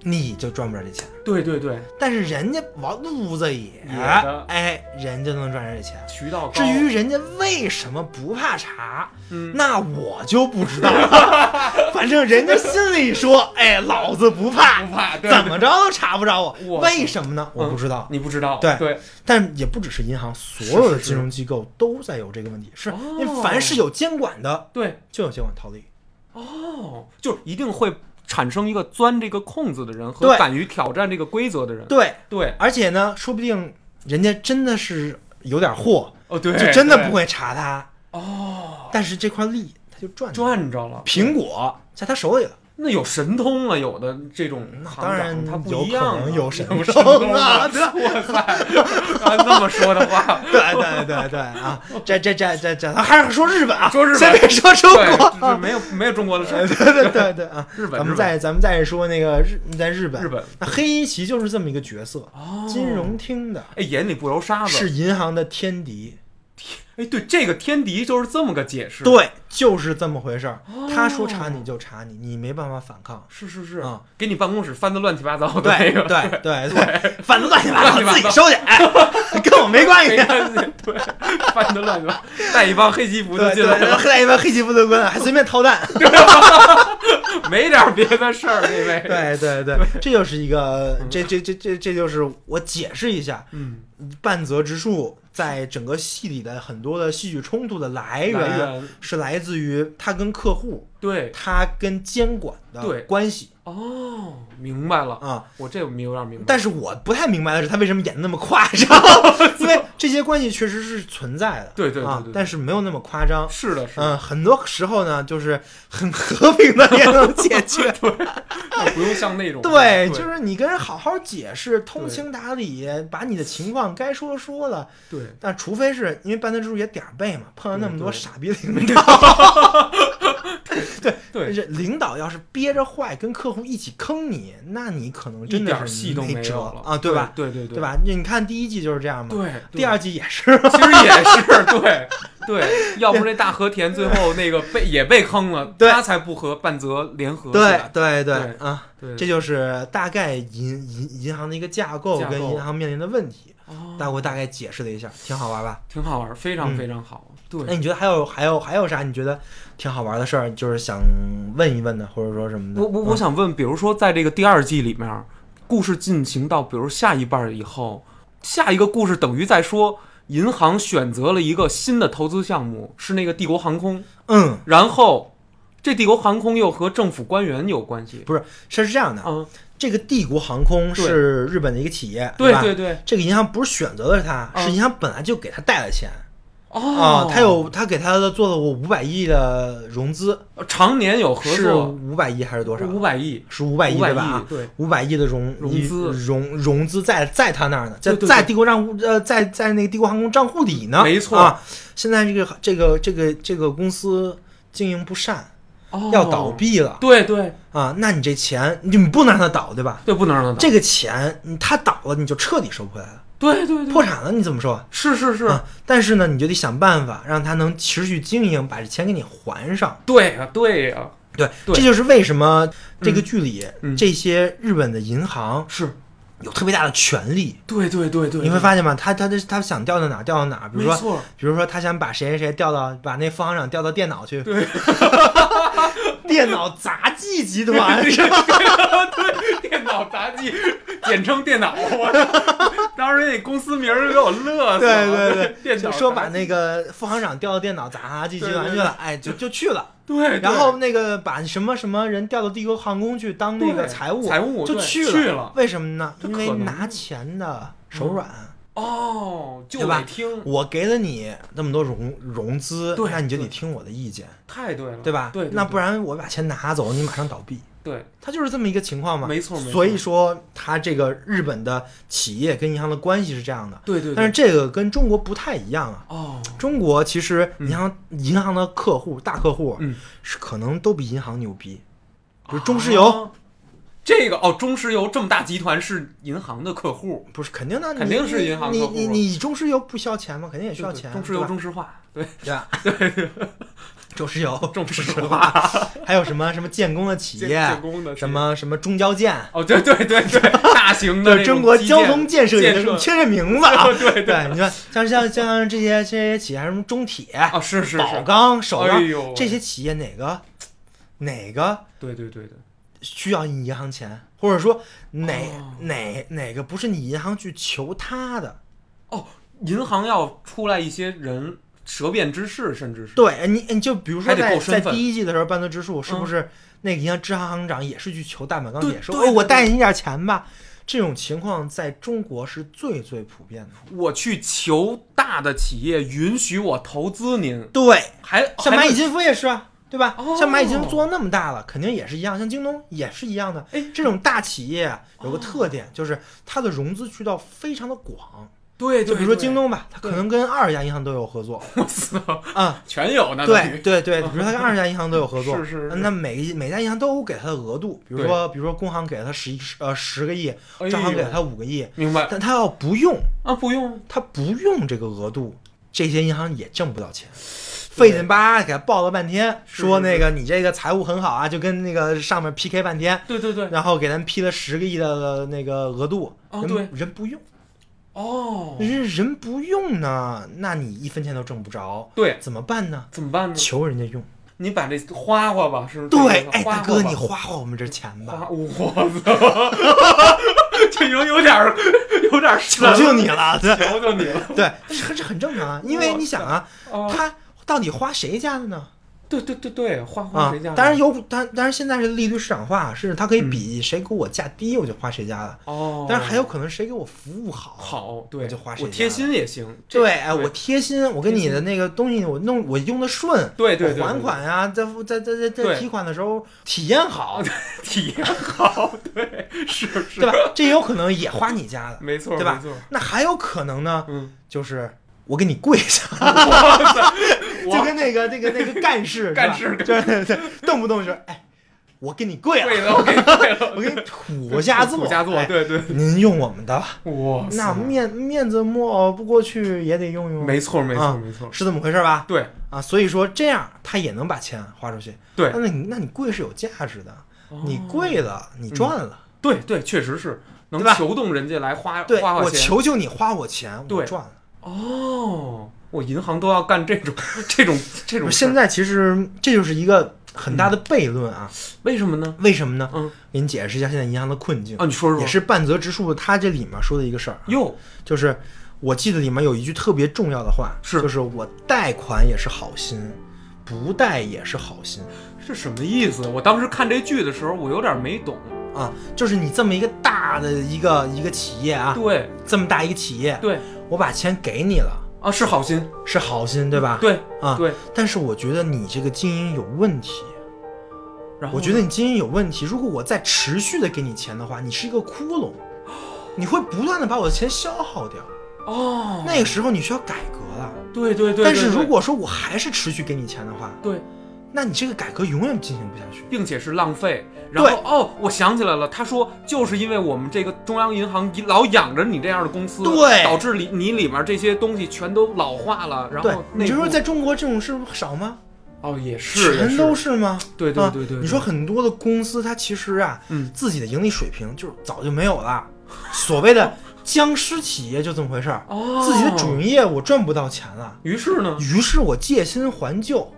S2: 你就赚不着这钱。
S1: 对对对，
S2: 但是人家王路子野，
S1: 野的
S2: 哎，人家能赚着这钱。
S1: 渠道高
S2: 至于人家为什么不怕查，
S1: 嗯，
S2: 那我就不知道了。 反正人家心里说，哎，老子不怕，
S1: 不怕，对
S2: 怎么着都查不着我。
S1: 我嗯
S2: 为什么呢？我不知道。
S1: 你不知道，
S2: 对
S1: 对，
S2: 但也不只是银行，所有的金融机构都在有这个问题。是，
S1: 哦
S2: 因为凡是有监管的，
S1: 对，
S2: 就有监管套利。
S1: 哦，就是一定会产生一个钻这个空子的人和
S2: 对
S1: 敢于挑战这个规则的人。
S2: 对，
S1: 对，
S2: 而且呢，说不定人家真的是有点货，
S1: 哦对，
S2: 就真的
S1: 对
S2: 不会查他。
S1: 哦，
S2: 但是这块利他就赚了，
S1: 赚着了。
S2: 苹果在他手里了，
S1: 那有神通啊，有的这种行
S2: 嗯当
S1: 长
S2: 然
S1: 他不
S2: 有
S1: 一
S2: 可
S1: 样啊，
S2: 能有神
S1: 有
S2: 通啊
S1: 啊！哇塞，按这啊么说的话，
S2: 对对对对啊，这这这这这，还是说日本啊，
S1: 说日本
S2: 先别说 中
S1: 对，
S2: 国哎
S1: 就是
S2: 啊，
S1: 没有没有中国的
S2: 对
S1: 神，
S2: 对对对啊，
S1: 日本
S2: 咱们
S1: 日本
S2: 再咱们再说那个日在日本，
S1: 日本
S2: 那黑崎就是这么一个角色，
S1: 哦，
S2: 金融厅的
S1: 哎眼里不揉沙子
S2: 是银行的天敌，
S1: 哎，对，这个天敌就是这么个解释。，
S2: 对，就是这么回事儿
S1: 哦，
S2: 他说查你就查你，你没办法反抗。
S1: 是是是，
S2: 嗯
S1: 给你办公室翻的乱七八糟的那
S2: 对
S1: 个，
S2: 对对对，反正乱七八
S1: 乱七
S2: 糟，
S1: 八
S2: 自己
S1: 糟
S2: 收去，哎，跟我没关系
S1: 没。关系，对，翻的乱七八糟，带一帮黑西服就
S2: 对
S1: 进
S2: 对，
S1: 来
S2: 然后
S1: 了，
S2: 黑带一般黑吉不得关，还随便掏蛋。
S1: 没点别的事儿， 那位。，
S2: 对对对，这就是一个，这这这这这就是我解释一下，
S1: 嗯，
S2: 半泽直树在整个戏里的很多的戏剧冲突的来源
S1: 来源
S2: 是来自于他跟客户、
S1: 对，
S2: 他跟监管的
S1: 对
S2: 关系
S1: 哦，明白了，
S2: 啊。
S1: 我这我有点明白。
S2: 但是我不太明白的是，他为什么演的那么夸 张？因为这些关系确实是存在的，
S1: 对对对
S2: 啊
S1: 对，对
S2: 但是没有那么夸张。
S1: 是的，是的，
S2: 嗯，很多时候呢，就是很和平的也能 解决。
S1: 那哦不用像那种，
S2: 对，
S1: 对，
S2: 就是你跟人好好解释，通情达理，把你的情况该说说了。
S1: 对，
S2: 但除非是因为班德之路也点儿背嘛，碰到那么多
S1: 对对
S2: 傻逼领导，对
S1: 对
S2: 这领导要是憋着坏跟客户一起坑你，那你可能
S1: 一
S2: 真
S1: 点
S2: 的
S1: 戏
S2: 是
S1: 都
S2: 没
S1: 没
S2: 辙
S1: 有了
S2: 啊，对吧？？
S1: 对对对，
S2: 对？吧？你看第一季就是这样嘛，
S1: 对，
S2: 第二季也 是，
S1: 其实也是，对对，要不这大和田最后那个被也被坑了，
S2: 对
S1: 他才不和半泽联合起
S2: 对
S1: 来。
S2: 对对
S1: 对
S2: 啊。
S1: 对
S2: 这就是大概银银银行的一个架构
S1: 架构
S2: 跟银行面临的问题，
S1: 哦
S2: 大我大概解释了一下，挺好玩吧？
S1: 挺好玩，非
S2: 嗯
S1: 常非常好。
S2: 那
S1: 对，
S2: 你觉得还有还有还有啥？你觉得挺好玩的事儿，就是想问一问的，或者说什么的？
S1: 我我我
S2: 嗯
S1: 想问，比如说在这个第二季里面，故事进行到比如下一半儿以后，下一个故事等于在说银行选择了一个新的投资项目，是那个帝国航空，
S2: 嗯，
S1: 然后这帝国航空又和政府官员有关系。
S2: 不是，是是这样的，
S1: 嗯，
S2: 这个帝国航空
S1: 对
S2: 是日本的一个企业，
S1: 对
S2: 吧？
S1: 对对，
S2: 这个银行不是选择了它，
S1: 嗯
S2: 是银行本来就给他贷了钱啊
S1: 哦，，
S2: 他有他给他做了我五百亿的融资，
S1: 常年有合
S2: 是
S1: 作，
S2: 五百亿还是多少？
S1: 五百亿，
S2: 是五百亿
S1: 五百
S2: 对吧？啊
S1: 亿，对。
S2: 五百亿的融
S1: 融
S2: 一
S1: 资
S2: 融融资在在他那儿呢，在
S1: 对对
S2: 在
S1: 对
S2: 帝国账户呃在在那个帝国航空账户里呢，
S1: 没错
S2: 啊。现在这个这个这个这个公司经营不善，
S1: 哦
S2: 要倒，闭了
S1: 对对
S2: 啊，那你这钱你不能让它倒，对吧？
S1: 对，不能让他倒，
S2: 这个钱你它倒了，你就彻底收不回来了，
S1: 对对对，
S2: 破产了你怎么收啊？
S1: 是是是，
S2: 啊，但是呢，你就得想办法让它能持续经营，把这钱给你还上。
S1: 对呀对啊呀，
S2: 对，
S1: 对
S2: 这就是为什么这个剧里、
S1: 嗯
S2: 这些日本的银行
S1: 是
S2: 有特别大的权利。
S1: 对对对对，
S2: 你会
S1: 对
S2: 发现吗？他他的他想调到哪儿调到哪儿，比如
S1: 没
S2: 说
S1: 错，
S2: 比如说他想把谁谁谁调到把那副行长调到电脑去，对，电脑杂技集团是吧？
S1: 对， 电脑杂技，简称电脑。我当时那公司名儿给我乐死
S2: 对
S1: 了。
S2: 对对，
S1: 电脑
S2: 就
S1: 杂技
S2: 说把那个副行长调到电脑杂技集团去了，哎，就就去了。
S1: 对，对
S2: 然后那个把什么什么人调到帝国航空去当那个
S1: 对
S2: 财务，
S1: 财务
S2: 就
S1: 对
S2: 去
S1: 去了
S2: 为什么呢？
S1: 这
S2: 因
S1: 可
S2: 为
S1: 能嗯
S2: 拿钱的手软。
S1: 哦，就
S2: 对吧
S1: 得听，
S2: 我给了你那么多融融资，
S1: 对
S2: 那你就得
S1: 对
S2: 听我的意见，
S1: 太对了，
S2: 对吧？
S1: 对，对
S2: 那不然我把钱拿走，你马上倒闭。
S1: 对，
S2: 它就是这么一个情况嘛。
S1: 没错没错
S2: 所以说，它这个日本的企业跟银行的关系是这样的，
S1: 对对对，
S2: 但是这个跟中国不太一样啊。
S1: 哦，
S2: 中国其实银行、银行的客户大客户
S1: 嗯，
S2: 是可能都比银行牛逼，比如中石油、
S1: 啊这个哦，中石油这么大集团是银行的客户，
S2: 不是肯定的，
S1: 肯定是
S2: 你
S1: 银行
S2: 你
S1: 客户
S2: 你你中石油不需要钱吗？肯定也需要
S1: 对对
S2: 钱，啊
S1: 中石油、中石化，对，
S2: 对吧？中石油、
S1: 中石
S2: 石
S1: 化
S2: 化，还有什么什么建工的企
S1: 建
S2: 业
S1: 建，工的
S2: 什？么什么中交建，
S1: 哦，对对对对，大型的
S2: 对
S1: 那
S2: 中
S1: 种
S2: 国
S1: 基
S2: 交
S1: 建
S2: 通建设
S1: 建
S2: 也
S1: 设
S2: 是缺这名字啊。
S1: 对
S2: 对，你说像像像这些这些企业，什么中铁、
S1: 啊，是是
S2: 宝
S1: 是，
S2: 钢、首钢
S1: 哎呦
S2: 这些企业，哪个哪个
S1: 对对对对，
S2: 需要你银行钱，或者说哪、
S1: 哦
S2: 哪哪个不是你银行去求他的？
S1: 哦，银行要出来一些人舌辩之士，甚至是
S2: 对你，你就比如说
S1: 还得
S2: 在
S1: 够身
S2: 在
S1: 份
S2: 第一季的时候，半泽直树是不
S1: 嗯
S2: 是那个银行支行行长也是去求大满钢
S1: 对
S2: 铁说：“
S1: 对
S2: 哦，我
S1: 对
S2: 带你点钱吧。”这种情况在中国是最最普遍的。
S1: 我去求大的企业允许我投资您，
S2: 对，
S1: 还
S2: 像
S1: 还
S2: 蚂蚁
S1: 得
S2: 金服也是啊，对吧？
S1: 哦
S2: 像蚂蚁金服做到那么大了，肯定也是一样，像京东也是一样的。
S1: 哎哦
S2: 这种大企业啊有个特点，就是它的融资渠道非常的广。
S1: 对，
S2: 就
S1: 对
S2: 比如说
S1: 对
S2: 京东吧，它
S1: 对
S2: 可能跟二十家银行都有合作
S1: 我操，
S2: 啊。
S1: 全有呢，等
S2: 对
S1: 于，哦
S2: 对对，比如它跟二十家银行都有合作，
S1: 是是是
S2: 那每一每家银行都有给它的额度，比如说比如说工行给了它十一十呃十个亿，
S1: 哎呦
S2: 招行给了它五个亿，
S1: 明白
S2: 但它要不用，
S1: 啊？不用，
S2: 他不用这个额度，这些银行也挣不到钱，费劲巴拉给他报了半天，
S1: 是
S2: 说那个你这个财务很好啊，就跟那个上面 PK 半天，
S1: 对对对，
S2: 然后给咱批了十个亿的那个额度，
S1: 哦
S2: 人
S1: 对
S2: 人不用，
S1: 哦，
S2: 人人不用呢，那你一分钱都挣不着，
S1: 对，
S2: 怎么办呢？
S1: 怎么办呢？
S2: 求人家用，
S1: 你把这花花吧，是不是？
S2: 对，哎，
S1: 花
S2: 大
S1: 花
S2: 哥，
S1: 吧
S2: 你花花我们这钱吧，
S1: 花，我操， 这有有点儿有点儿
S2: 求求你了，对
S1: 神了，求求你了，
S2: 对，这这很正常啊，因为你想啊，
S1: 啊，
S2: 他到底花谁家的呢？
S1: 对对对对，花花
S2: 啊
S1: 谁家，的？嗯
S2: 当然有，当当然现在是利率市场化，是它可以比谁给我价低，我就花谁家的。
S1: 哦，
S2: 但是还有可能谁给我服务好，
S1: 好，对，
S2: 我就花谁
S1: 我
S2: 家
S1: 贴
S2: 的
S1: 心也行，这
S2: 对，哎，我贴心，我
S1: 贴
S2: 跟你
S1: 心
S2: 的那个东西我弄我用的顺，
S1: 对对对
S2: 我还
S1: 对
S2: 款呀，在在在在在
S1: 对
S2: 提款的时候体验好，
S1: 体验好， 对，是是，
S2: 对吧？这也有可能也花你家的。
S1: 没错，
S2: 对吧
S1: 没错，
S2: 那还有可能呢，
S1: 嗯，
S2: 就是我给你跪 下，就
S1: 我
S2: 跟那个那个那个干事是吧，
S1: 干事
S2: 对对对，动不动就是哎，我给你跪
S1: 跪
S2: 了，
S1: 了，我给你跪了，
S2: 我给你土 下座，
S1: 土下座
S2: 哎，
S1: 对对，
S2: 您用我们的吧。
S1: 哇塞，
S2: 那面面子抹不过去也得用用，
S1: 没错没
S2: 啊
S1: 错没错，
S2: 是这么回事吧？
S1: 对
S2: 啊，所以说这样他也能把钱花出去。
S1: 对
S2: 那你那你贵是有价值的，
S1: 哦嗯
S2: 你贵了，你赚了，
S1: 对对，确实是能
S2: 对吧
S1: 求动人家来花
S2: 对
S1: 花花
S2: 我
S1: 钱，
S2: 求求你花我钱，我
S1: 对
S2: 赚了。
S1: 哦，我银行都要干这种 这种这
S2: 不
S1: 种嗯
S2: 是
S1: 事
S2: 现在其实这就是一个很大的悖论啊，
S1: 为什么呢？
S2: 为什么呢？
S1: 嗯，
S2: 给你解释一下现在银行的困境，
S1: 啊，你说说
S2: 也是半泽直树他这里面说的一个事儿啊，
S1: 哟，
S2: 就是我记得里面有一句特别重要的话，
S1: 是
S2: 就是我贷款也是好心，不贷也是好心。
S1: 是什么意思？我当时看这剧的时候，我有点没懂，
S2: 啊，就是你这么一个大的一个一个企业啊，
S1: 对
S2: 这么大一个企业，
S1: 对
S2: 我把钱给你了，
S1: 啊，是好心，
S2: 是好心对吧？
S1: 对
S2: 啊，
S1: 对，
S2: 但是我觉得你这个经营有问题，
S1: 然后
S2: 我觉得你经营有问题。如果我再持续的给你钱的话，你是一个窟窿，你会不断的把我的钱消耗掉。
S1: 哦，
S2: 那个时候你需要改革了。
S1: 对对对，
S2: 但是
S1: 对对
S2: 如果说我还是持续给你钱的话，
S1: 对
S2: 那你这个改革永远进行不下去。
S1: 并且是浪费。然后
S2: 对
S1: 哦，我想起来了，他说就是因为我们这个中央银行一老养着你这样的公司，
S2: 对
S1: 导致里你里面这些东西全都老化了。然
S2: 对
S1: 后，
S2: 你就
S1: 内
S2: 说
S1: 部
S2: 在中国这种事少吗？
S1: 哦也是，也
S2: 全
S1: 是
S2: 都是吗？
S1: 对对
S2: 啊
S1: 对对，
S2: 你说很多的公司，它其实啊，
S1: 嗯
S2: 自己的盈利水平就是早就没有了。所谓的僵尸企业就这么回事儿，
S1: 哦，
S2: 自己的主营业务赚不到钱了，
S1: 于是呢，
S2: 于是我借新还旧，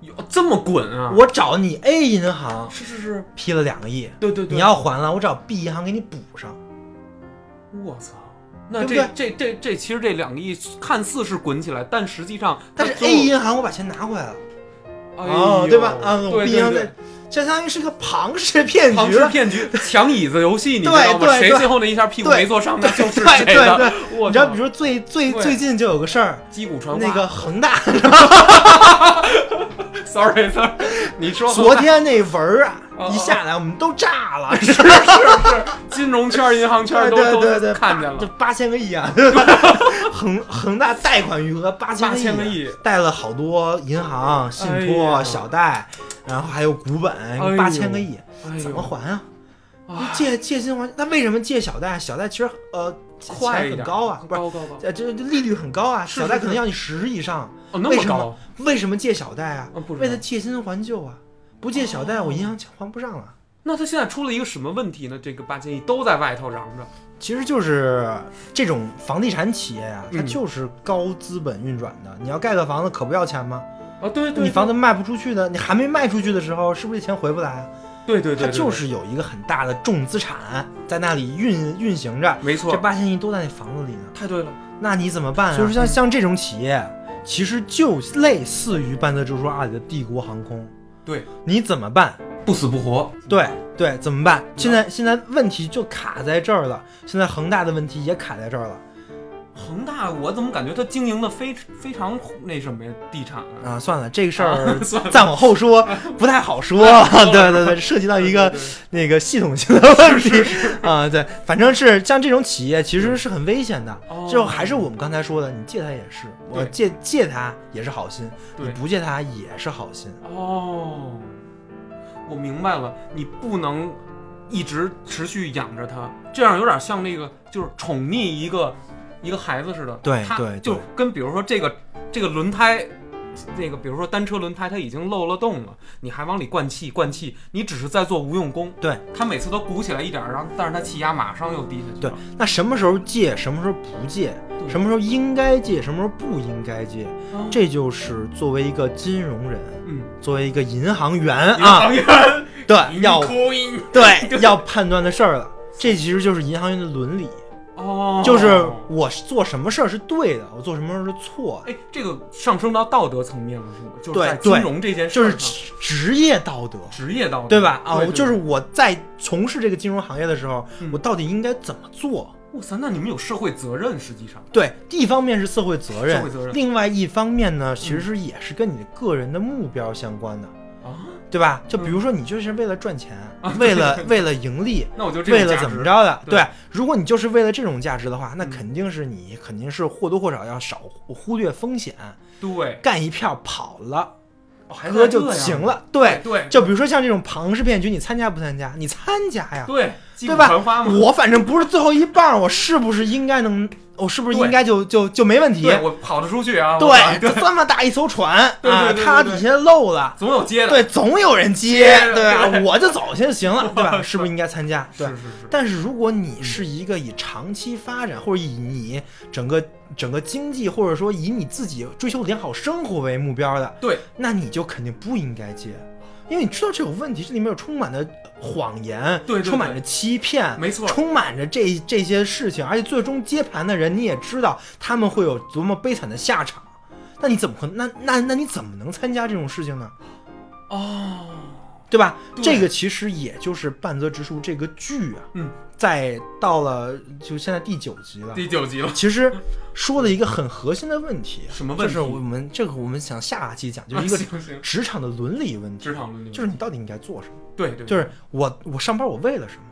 S1: 有这么滚啊，
S2: 我找你 A 银行
S1: 是是是，
S2: 批了两个亿，
S1: 对对对，
S2: 你要还了，我找 B 银行给你补上。
S1: 我操。那这
S2: 对不
S1: 这这这其实这两个亿看似是滚起来，但实际上它
S2: 但是
S1: 中
S2: A 银行我把钱拿回来了，
S1: 哎
S2: 哦
S1: 呦，
S2: 对吧？啊，我
S1: 对
S2: B 银行
S1: 对
S2: 在，这相当于是个庞氏骗
S1: 对，
S2: 局，
S1: 庞氏骗局，抢椅子游戏，你知道吗？
S2: 对对
S1: 谁
S2: 对
S1: 最后那一下屁股
S2: 对
S1: 没坐上，那就是
S2: 对
S1: 谁
S2: 对
S1: 的。
S2: 对，
S1: 我
S2: 你知道，
S1: 操
S2: 比如说最最
S1: 对
S2: 最近就有个事儿，
S1: 击鼓传花。
S2: 那个恒大
S1: sorry sorry，你说
S2: 昨天那文儿啊
S1: 哦哦
S2: 一下来，我们都 炸了，
S1: 是是是，金融圈、银行圈
S2: 对
S1: 都
S2: 对对
S1: 都
S2: 对，
S1: 看见
S2: 这
S1: 了，
S2: 八千个亿 啊，恒恒大贷款余额八千
S1: 八千个
S2: 个亿，啊
S1: 亿，
S2: 贷了好多银行、信
S1: 哎呀
S2: 托、小贷，然后还有股
S1: 呦
S2: 本八千个亿，
S1: 哎呦
S2: 怎么还啊？
S1: 啊
S2: 借借新还，那为什么借小贷？小贷其实呃钱
S1: 快一
S2: 很
S1: 点
S2: 高啊，不是。
S1: 高高高，
S2: 呃，这这利率很高啊，
S1: 是
S2: 小贷
S1: 是
S2: 可能要你十以上，
S1: 哦那
S2: 为
S1: 么
S2: 什
S1: 高
S2: 么，为什么借小贷啊？
S1: 嗯不知
S2: 为
S1: 道
S2: 了借新还旧啊，不借小贷、
S1: 哦
S2: 我银行钱还不上了。
S1: 那他现在出了一个什么问题呢？这个八千亿都在外头嚷着，
S2: 其实就是这种房地产企业呀、它
S1: 嗯
S2: 就是高资本运转的。你要盖个房子，可不要钱吗？
S1: 啊对对，
S2: 你房
S1: 子
S2: 子卖不出去的，你还没卖出去的时候，是不是这钱回不来啊？
S1: 对对对，
S2: 它
S1: 对
S2: 就是有一个很大的重资产在那里运运行着
S1: 对，没
S2: 这
S1: 错，
S2: 八千亿都在那房子里呢，
S1: 太对了，
S2: 那你怎么办啊？就是像像这种企业，其实就类似于半泽直树二里的帝国航空，
S1: 对，
S2: 你怎么办？
S1: 不死不活，
S2: 对对，怎么办？现在现在问题就卡在这儿了，现在恒大的问题也卡在这儿了
S1: 嗯恒大我怎么感觉他经营的非非常那什么呀，地产啊，
S2: 啊！算了，这个事儿
S1: 算了
S2: 再往后说不太好说对对对，涉及到一个
S1: 对对对
S2: 那个系统性的问题啊，对，反正是像这种企业其实是很危险的
S1: 哦。
S2: 就还是我们刚才说的，你借他也是，我
S1: 对
S2: 借借他也是好心，
S1: 对
S2: 你不借他也是好心。
S1: 哦，我明白了，你不能一直持续养着它，这样有点像那个就是宠溺一个一个孩子似的。
S2: 对
S1: 他
S2: 对
S1: 就
S2: 对
S1: 跟比如说这个这个轮胎。那个，比如说单车轮胎，它已经漏了洞了，你还往里灌气，灌气，你只是在做无用功。
S2: 对，
S1: 它每次都鼓起来一点儿，然后但是它气压马上又低下去
S2: 对
S1: 了。，
S2: 那什么时候借，什么时候不借，
S1: 对
S2: 什么时候应该借，什么时候不应该借，
S1: 啊
S2: 这就是作为一个金融人，
S1: 嗯，
S2: 作为一个银行员
S1: 银
S2: 啊，
S1: 行员
S2: 对， 要
S1: 哭音
S2: 对要判断的事儿了。这其实就是银行员的伦理，
S1: 哦，
S2: 就是我做什么事儿是对的，我做什么事儿是错的，
S1: 哎，这个上升到道德层面了，是吗？就是
S2: 对
S1: 在
S2: 对
S1: 金融这件事
S2: 就
S1: 儿
S2: 是
S1: 上，
S2: 职职业道德，
S1: 职业道德，
S2: 对吧？啊，
S1: 对
S2: 我就是我在从事这个金融行业的时候
S1: 嗯，
S2: 我到底应该怎么做？
S1: 哇塞，那你们有社会责任，实际上
S2: 对，一方面是社会责任
S1: 社会责任，嗯
S2: 另外一方面呢，其实也是跟你的个人的目标相关的，
S1: 啊，
S2: 对吧？就
S1: 嗯
S2: 比如说你就是为了赚钱
S1: 啊，
S2: 为了为了盈利，
S1: 那我就这
S2: 为
S1: 种
S2: 了
S1: 价
S2: 怎
S1: 值
S2: 么着的，
S1: 对
S2: 对，如果你就是为了这种价值的话，那
S1: 嗯
S2: 肯定是你肯定是或多或少要少忽略风险，
S1: 对，
S2: 干一票跑了，
S1: 哦还
S2: 哥
S1: 在这
S2: 就
S1: 样
S2: 行
S1: 呢，
S2: 了。对，
S1: 对
S2: 就比如说像这种庞氏骗局，你参加不参加？你参加呀，
S1: 对，击鼓
S2: 对吧
S1: 传花嘛，
S2: 我反正不是最后一棒，我是不是应该能？我是不是应该就就就没问题？
S1: 对我跑得出去啊，我
S2: 对，
S1: 对，
S2: 这么大一艘船
S1: 对对
S2: 啊，
S1: 对
S2: 它
S1: 对对
S2: 底下漏了，
S1: 总有接的，
S2: 对，总有人接，
S1: 接
S2: 对吧
S1: 对？
S2: 我就走就行了，对
S1: 哇
S2: 吧？是不是应该参加？对
S1: 是。是是，
S2: 但是如果你是一个以长期发展，或者以你整个整个经济，或者说以你自己追求良好生活为目标的，
S1: 对，
S2: 那你就肯定不应该借，因为你知道这有问题，这里面有充满着谎言，
S1: 对对对
S2: 充满着欺骗，
S1: 没错
S2: 充满着这这些事情，而且最终接盘的人你也知道他们会有多么悲惨的下场，那你怎么可能？那那那你怎么能参加这种事情呢？
S1: 哦，
S2: 对吧？
S1: 对
S2: 这个其实也就是半泽直树这个剧啊，
S1: 嗯，
S2: 在到了就现在第九集了，
S1: 第九集了，
S2: 其实说了一个很核心的问题，啊
S1: 什么问题啊
S2: 就是我们这个我们想下期讲，就是一 个
S1: 行行，
S2: 职场的伦理问题，
S1: 职场伦理，
S2: 就是你到底应该做什么？
S1: 对对，
S2: 就是我我上班我为了什么？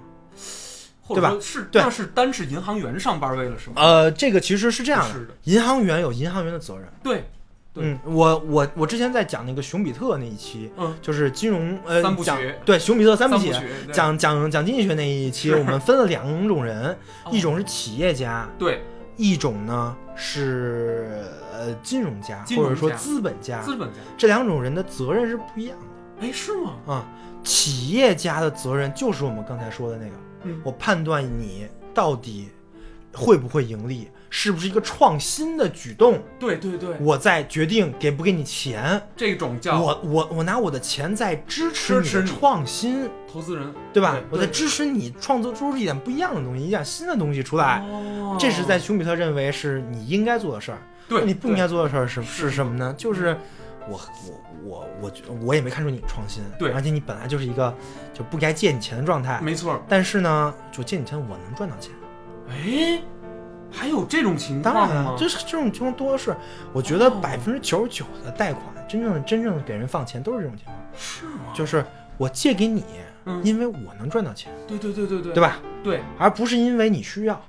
S1: 或者
S2: 对吧
S1: 说是
S2: 对
S1: 那是单是银行员上班为了什么？
S2: 呃，这个其实是这样的，
S1: 是的
S2: 银行员有银行员的责任，
S1: 对，对
S2: 嗯，我我我之前在讲那个熊彼特那一期，
S1: 嗯，
S2: 就是金融呃
S1: 三部曲
S2: 讲对熊彼特三
S1: 三
S2: 部
S1: 部
S2: 曲，
S1: 曲对
S2: 讲讲讲经济学那一 期，
S1: 是
S2: 我们分了两种人，
S1: 哦
S2: 一种是企业家，
S1: 对
S2: 一种呢是呃金融家
S1: 金融
S2: 或
S1: 家
S2: 者说资本家，
S1: 资本家，
S2: 这两种人的责任是不一样的
S1: 哎，是吗？
S2: 啊、企业家的责任就是我们刚才说的那个，
S1: 嗯
S2: 我判断你到底会不会盈利，是不是一个创新的举动，
S1: 对对对，
S2: 我再决定给不给你钱。
S1: 这种叫
S2: 我我我拿我的钱在支持
S1: 支
S2: 你
S1: 持
S2: 的
S1: 你
S2: 创新，
S1: 投资人，
S2: 对吧
S1: 对？
S2: 我在
S1: 对
S2: 支持你创作出一点不一样的东西，一点新的东西出来。
S1: 哦
S2: 这是在熊彼特认为是你应该做的事儿。
S1: 对
S2: 你不应
S1: 对
S2: 该做的事儿是是什么呢？就是我我我我觉我也没看出你创新，
S1: 对
S2: 而且你本来就是一个就不该借你钱的状态。
S1: 没错儿。
S2: 但是呢，就借你钱我能赚到钱，
S1: 哎，还有这种情
S2: 当
S1: 况
S2: 然了
S1: 吗，？
S2: 这是这种情况多的是。我觉得
S1: 嗯哦
S2: 百分之九十九的贷款，真正真正给人放钱都是这种情况，
S1: 是吗？
S2: 就是我借给你，
S1: 嗯
S2: 因为我能赚到钱，
S1: 对对对对对，
S2: 对吧？
S1: 对，
S2: 而不是因为你需要，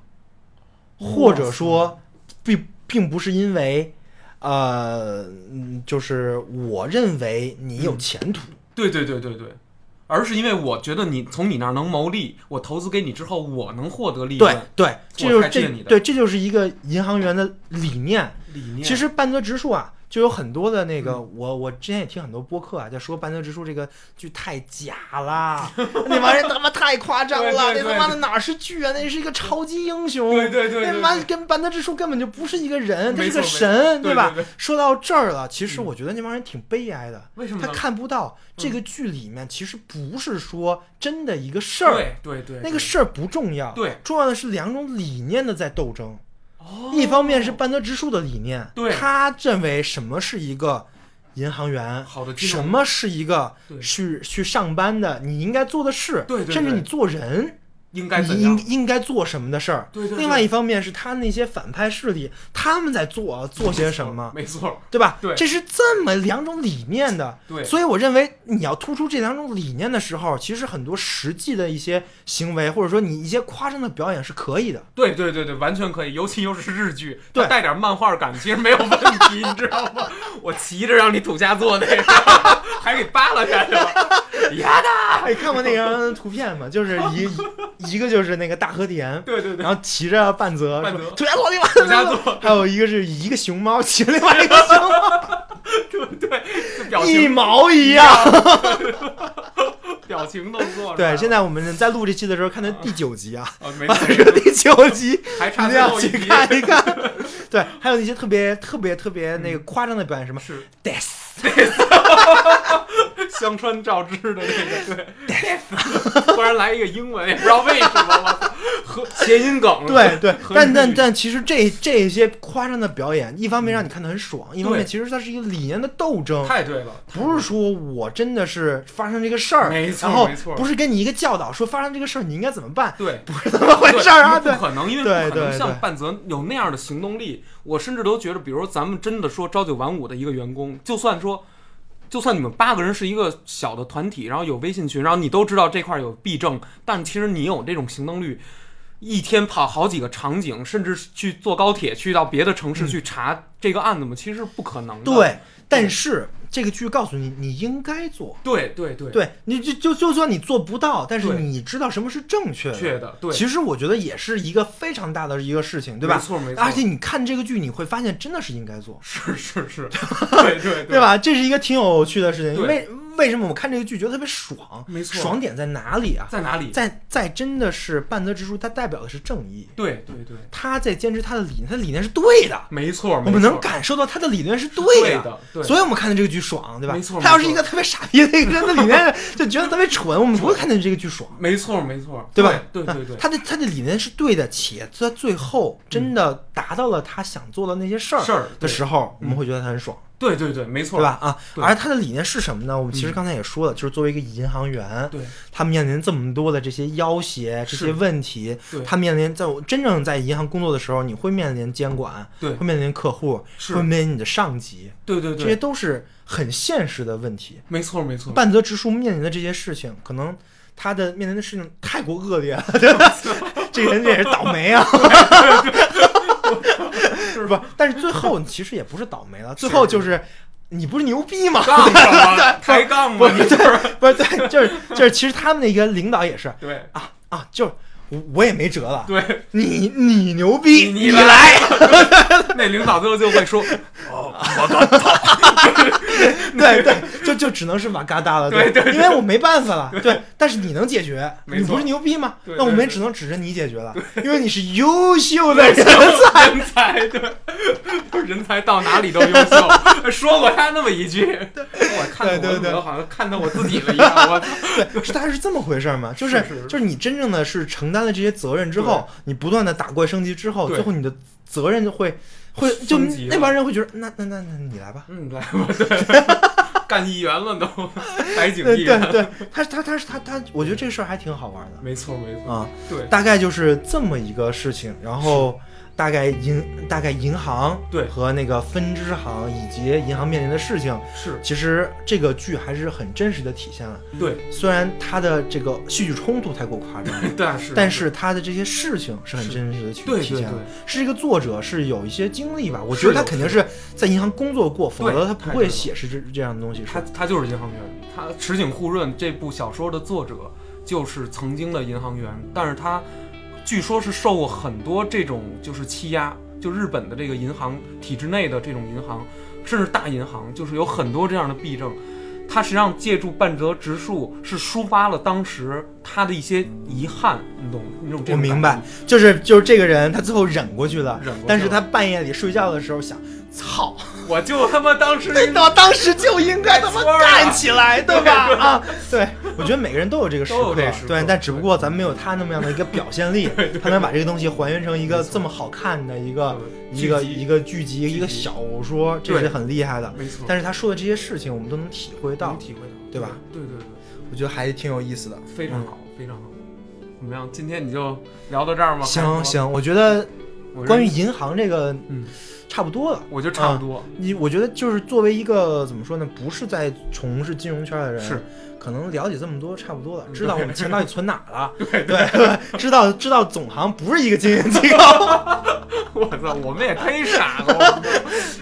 S2: 或者
S1: 哇塞
S2: 说并并不是因为，呃，嗯就是我认为你
S1: 嗯
S2: 有前途，
S1: 对对对对对，而是因为我觉得你从你那儿能牟利，我投资给你之后，我能获得利
S2: 对
S1: 润。
S2: 对，这
S1: 我
S2: 就是
S1: 才借
S2: 这
S1: 你的
S2: 对这就是一个银行员的理念。
S1: 理念
S2: 其实半泽直树啊，就有很多的那个，
S1: 嗯
S2: 我我之前也听很多播客啊，在说半泽直树这 个剧太假啦， 那玩意儿他妈太夸张
S1: 对
S2: 了，
S1: 对
S2: 那他
S1: 对
S2: 妈的哪是剧啊，那是一个超级英雄，
S1: 对对对对
S2: 那
S1: 对
S2: 妈跟半泽直树根本就不是一个人，他
S1: 没
S2: 是
S1: 错
S2: 个
S1: 没错
S2: 神，
S1: 对
S2: 吧
S1: 对对？嗯
S2: 说到这儿了，其实我觉得那帮人挺悲哀的，
S1: 为什么
S2: 他
S1: 呢嗯
S2: 看不到这个剧里面其实不是说真的一个事儿，
S1: 对对对，
S2: 那
S1: 对
S2: 个事儿不重要，
S1: 对
S2: 重要的是两种理念的在斗争。
S1: 哦
S2: 一方面是半泽直树的理念，
S1: 对
S2: 他认为什么是一个银行员，
S1: 好的金融
S2: 什么是一个
S1: 对
S2: 去去上班的，你应该做的事，
S1: 对对对
S2: 甚至你做人，
S1: 哦应该
S2: 你
S1: 怎
S2: 应
S1: 样？
S2: 应该做什么的事儿。
S1: 对对对
S2: 另外一方面是他那些反派势力，他们在做做些什么。
S1: 没错儿，
S2: 对吧？
S1: 对
S2: 这是这么两种理念的。
S1: 对
S2: 所以我认为你要突出这两种理念的时候，其实很多实际的一些行为，或者说你一些夸张的表演是可以的。
S1: 对对对对，完全可以，尤其又是日剧，
S2: 对
S1: 它带点漫画感，其实没有问题，你知道吗？我骑着让你土下座那个，还给扒拉下去了，呀的，
S2: 哎，看过那张图片吗？就是一 一一个就是那个大和田，
S1: 对对对
S2: 然，后骑着半泽，
S1: 半泽
S2: 土家座，另外
S1: 土家座，
S2: 还有一个是一个熊猫骑着另外一个 熊猫，
S1: 对对，这表
S2: 一
S1: 情
S2: 毛一样。
S1: 表情都做出来
S2: 对，
S1: 了
S2: 现在我们在录这期的时候看的第九集啊，
S1: 哦没
S2: 这是
S1: 错，
S2: 第九集，
S1: 还
S2: 一
S1: 差
S2: 定
S1: 最
S2: 要
S1: 后一
S2: 去
S1: 集，
S2: 看一看。对，还有那些特别特别特别那个夸张的表演，什么
S1: 嗯是
S2: death，
S1: 香川照之的那 个，对，突然来一个英文，也不知道为什么，我操，和谐音梗了，
S2: 对对
S1: 和，
S2: 但
S1: 日
S2: 但
S1: 语嗯
S2: 但其实这这些夸张的表演，一方面让你看得很爽，一方面
S1: 对
S2: 其实它是一个理念的斗争。
S1: 太对了，
S2: 不是说我真的是发生这个事儿，
S1: 没错
S2: 然后
S1: 没错
S2: 不是跟你一个教导说发生这个事儿你应该怎么办，
S1: 对。
S2: 不是怎么回事儿啊？
S1: 对 因
S2: 对
S1: 为不可能，因为
S2: 对
S1: 不可
S2: 对
S1: 能
S2: 对
S1: 像半泽有那样的行动力。我甚至都觉得，比如咱们真的说朝九晚五的一个员工，就算说，就算你们八个人是一个小的团体，然后有微信群，然后你都知道这块儿有弊政，但其实你有这种行动力，一天跑好几个场景，甚至是去坐高铁去到别的城市去查这个案子嘛，其实是不可能的。
S2: 嗯对，但是这个剧告诉你，你应该做。
S1: 对对对，
S2: 对，你就就就算你做不到，但是
S1: 对
S2: 你知道什么是正确的。
S1: 确的，对，
S2: 其实我觉得也是一个非常大的一个事情，对吧？
S1: 没错没错
S2: 而且你看这个剧，你会发现真的是应该做，
S1: 是是是， 对对
S2: 对？吧？这是一个挺有趣的事
S1: 对
S2: 情。为为什么我看这个剧觉得特别爽？
S1: 没错
S2: 爽点在哪里啊？
S1: 在哪里？
S2: 在在真的是半泽直树，他代表的是正义，
S1: 对对对，
S2: 他在坚持他的理念，他的理念是对的，
S1: 没错，
S2: 我
S1: 没
S2: 们
S1: 错
S2: 能感受到他的理念是
S1: 对
S2: 对
S1: 的对
S2: 所以我们看的这个剧爽，对吧？
S1: 没错
S2: 他要是
S1: 没
S2: 一
S1: 错
S2: 个特别傻逼的一个人的理念，就觉得特别蠢，我们不会看见这个剧爽，
S1: 没错，没错，
S2: 对吧？
S1: 对对对，
S2: 他的他的理念是对的，且他最后真的达到了他想做的那些事
S1: 事儿
S2: 儿的
S1: 对
S2: 时候，我们会觉得他很爽。
S1: 对对对，没错，
S2: 对吧？？啊，
S1: 对嗯
S2: 而他的理念是什么呢？我们其实刚才也说了，就是作为一个银行员，
S1: 对，
S2: 他面临这么多的这些要挟、这
S1: 是
S2: 些问题
S1: 对，
S2: 他面临在我真正在银行工作的时候，你会面临监管，
S1: 对
S2: 会面临客户，
S1: 是
S2: 会面临你的上级，
S1: 对对
S2: 这些
S1: 对，
S2: 都是很现实的问题。
S1: 没错没错，
S2: 半泽直树面临的这些事情，可能他的面临的事情太过恶劣了，这个人也是倒霉啊。是吧？但是最后其实也不是倒霉了，最后就是你不是牛逼吗？
S1: 杠上了，抬杠
S2: 不
S1: 吧，
S2: 是
S1: 你就是
S2: 不是，对，就是就是，其实他们那个领导也是
S1: 对
S2: 啊啊，就是我我也没辙了，
S1: 对，
S2: 你你牛逼，
S1: 你你
S2: 来， 啊
S1: 那领导最后就会 说，哦
S2: 对对，就就只能是瓦嘎达了，
S1: 对
S2: 对，因为我没办法了，对，但是你能解决，
S1: 没
S2: 你
S1: 错
S2: 不是牛逼吗？
S1: 对
S2: 那我
S1: 对
S2: 们也
S1: 对
S2: 只能指着你解决了，因为你是优秀的人，
S1: 人才对，人才到哪里都优秀， 说过他那么一句，我看到
S2: 对
S1: 我
S2: 对对
S1: 怎么好像看到我自己了一样，我
S2: 对， 是大概是这么回事儿嘛，就是
S1: 是是
S2: 就是你真正的是承担了这些责任之后，你不断的打怪升级之后，
S1: 对
S2: 最后你的责任就会会就
S1: 升级了
S2: 那帮人会觉得，那那那那你来吧。
S1: 嗯来吧，对，干议员 了都，白景
S2: 对
S1: 议
S2: 对
S1: 员，
S2: 对，他他他他他，我觉得这事儿还挺好玩的
S1: 没错没错，
S2: 啊，
S1: 对
S2: 大概就是这么一个事情，然后大概银大概银行
S1: 对
S2: 和那个分支行以及银行面临的事情，
S1: 是，
S2: 其实这个剧还是很真实的体现了，
S1: 对
S2: 虽然它的这个戏剧冲突太过夸张了，
S1: 但 是
S2: 但是他的这些事情是很真实的去
S1: 对
S2: 体
S1: 对
S2: 现
S1: 对
S2: 的，。是一个作者是有一些经历吧，我
S1: 是
S2: 觉得
S1: 有
S2: 他肯定是在银行工作过，否
S1: 对
S2: 则他不
S1: 太多了
S2: 会写是这这样的东西出
S1: 他
S2: 来。
S1: 他就是银行员，他池井户润这部小说的作者就是曾经的银行员，但是他据说是受过很多这种就是欺压，就日本的这个银行体制内的这种银行，甚至大银行，就是有很多这样的弊政。他实际上借助半泽直树是抒发了当时他的一些遗憾，你懂你懂这
S2: 我
S1: 种
S2: 明
S1: 感
S2: 白，就是就是这个人，他最后忍过去了
S1: 忍过去，
S2: 但是
S1: 了
S2: 他半夜里睡觉的时候想，操，
S1: 觉，我就他妈当时
S2: 我 当时就应该他妈
S1: 没错啊
S2: 干起来，对吧？啊，对，我觉得每个人都有这个时
S1: 都有
S2: 刻
S1: 这个时，刻
S2: 对，但只不过咱们没有他那么样的一个表现力，他能把这个东西还原成一个这么好看的一个
S1: 对
S2: 一个
S1: 剧集
S2: 一个剧集，一个
S1: 剧集
S2: 小说，这是
S1: 对
S2: 很厉害的。
S1: 没错，
S2: 但是他说的这些事情，我们都能体会到
S1: 能，体会到，
S2: 对吧？
S1: 对对对，
S2: 我觉得还挺有意思的。
S1: 非常好，
S2: 嗯
S1: 非常好。怎么样？今天你就聊到这儿吗？还
S2: 行
S1: 是说
S2: 行，我觉得
S1: 我
S2: 关
S1: 认
S2: 于银行这个，
S1: 嗯，
S2: 差不多了。
S1: 我觉得差不多，
S2: 你我觉得就是作为一个怎么说呢，不是在从事金融圈的人，
S1: 是
S2: 可能了解这么多差不多了，
S1: 嗯
S2: 知道我们钱到底存哪儿了，
S1: 对
S2: 对，知道知道总行不是一个经营 机构，
S1: 我操，我们也忒傻 了，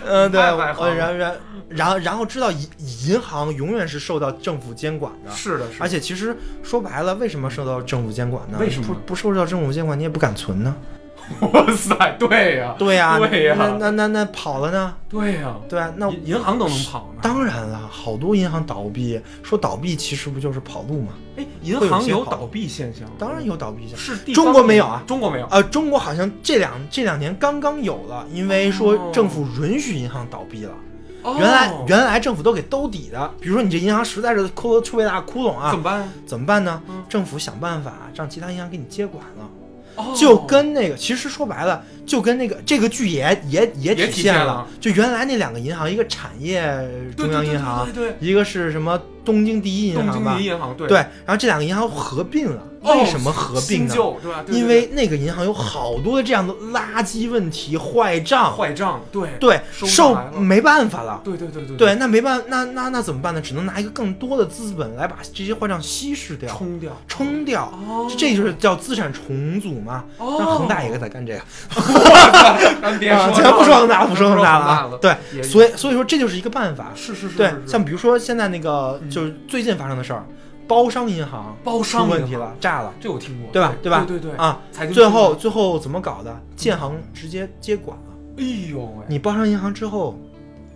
S2: 嗯，对，
S1: 太太好
S2: 我
S1: 了
S2: 然然然然后知道银银行永远是受到政府监管的。
S1: 是的，是
S2: 而
S1: 的，
S2: 且其实说白了，为什么受到政府监管呢？
S1: 为什么
S2: 不不受到政府监管，你也不敢存呢？
S1: 哇塞，对呀、
S2: 对 呀、
S1: 对呀
S2: 那那那那跑了呢？
S1: 对呀、
S2: 对啊，那
S1: 银银行都能跑呢，
S2: 当然了，好多银行倒闭，说倒闭其实不就是跑路吗？
S1: 哎，银
S2: 会有
S1: 行
S2: 些
S1: 有
S2: 跑
S1: 倒闭现象，
S2: 当然有倒闭现象。
S1: 是地方
S2: 中国没有啊
S1: 中国没有，
S2: 呃，中国好像这两这两年刚刚有了，因为说
S1: 哦
S2: 政府允许银行倒闭了。
S1: 哦
S2: 原来原来政府都给兜底的，比如说你这银行实在是抠了特别大窟窿
S1: 怎
S2: 啊，
S1: 么办啊？
S2: 怎么办呢
S1: 嗯？
S2: 政府想办法让其他银行给你接管了。
S1: 哦
S2: 就跟那个，其实说白了，就跟那个这个剧也也
S1: 也
S2: 也体
S1: 体
S2: 现
S1: 现
S2: 了，
S1: 了
S2: 就原来那两个银行，一个产业中央银行，
S1: 对对对对
S2: 一个是什么东京第一
S1: 对
S2: 银
S1: 东
S2: 行
S1: 京
S2: 吧
S1: 第一，银行对
S2: 对，然后这两个银行合并了，
S1: 哦
S2: 为什么合
S1: 新
S2: 并呢？
S1: 旧对吧？对对
S2: 因
S1: 对
S2: 为那个银行有好多这样的垃圾问题、坏账，
S1: 坏账对
S2: 对，
S1: 收不上
S2: 受
S1: 来了
S2: 没办法了。
S1: 对对对对
S2: 对，，那没办，那那那怎么办呢？只能拿一个更多的资本来把这些坏账稀释掉、
S1: 冲掉
S2: 冲掉，
S1: 哦，
S2: 这就是叫资产重组嘛。
S1: 哦
S2: 那恒大也在干这个，
S1: 咱别
S2: 啊
S1: 说，
S2: 咱不说恒大，
S1: 咱
S2: 不
S1: 不
S2: 说恒
S1: 恒大
S2: 大了啊。
S1: 了，
S2: 对，
S1: 也
S2: 所以所以说这就是一个办法。
S1: 是是是，
S2: 对
S1: 是，是
S2: 像比如说现在那个
S1: 嗯
S2: 就是最近发生的事儿，包商银行
S1: 包
S2: 出
S1: 商
S2: 问
S1: 银
S2: 题
S1: 行
S2: 了，，炸了，
S1: 这我听过，
S2: 对吧？对吧？
S1: 对对对，
S2: 啊，
S1: 财经
S2: 最后最后怎么搞的？建行直接接管了。
S1: 哎呦喂，
S2: 你包商银行之后，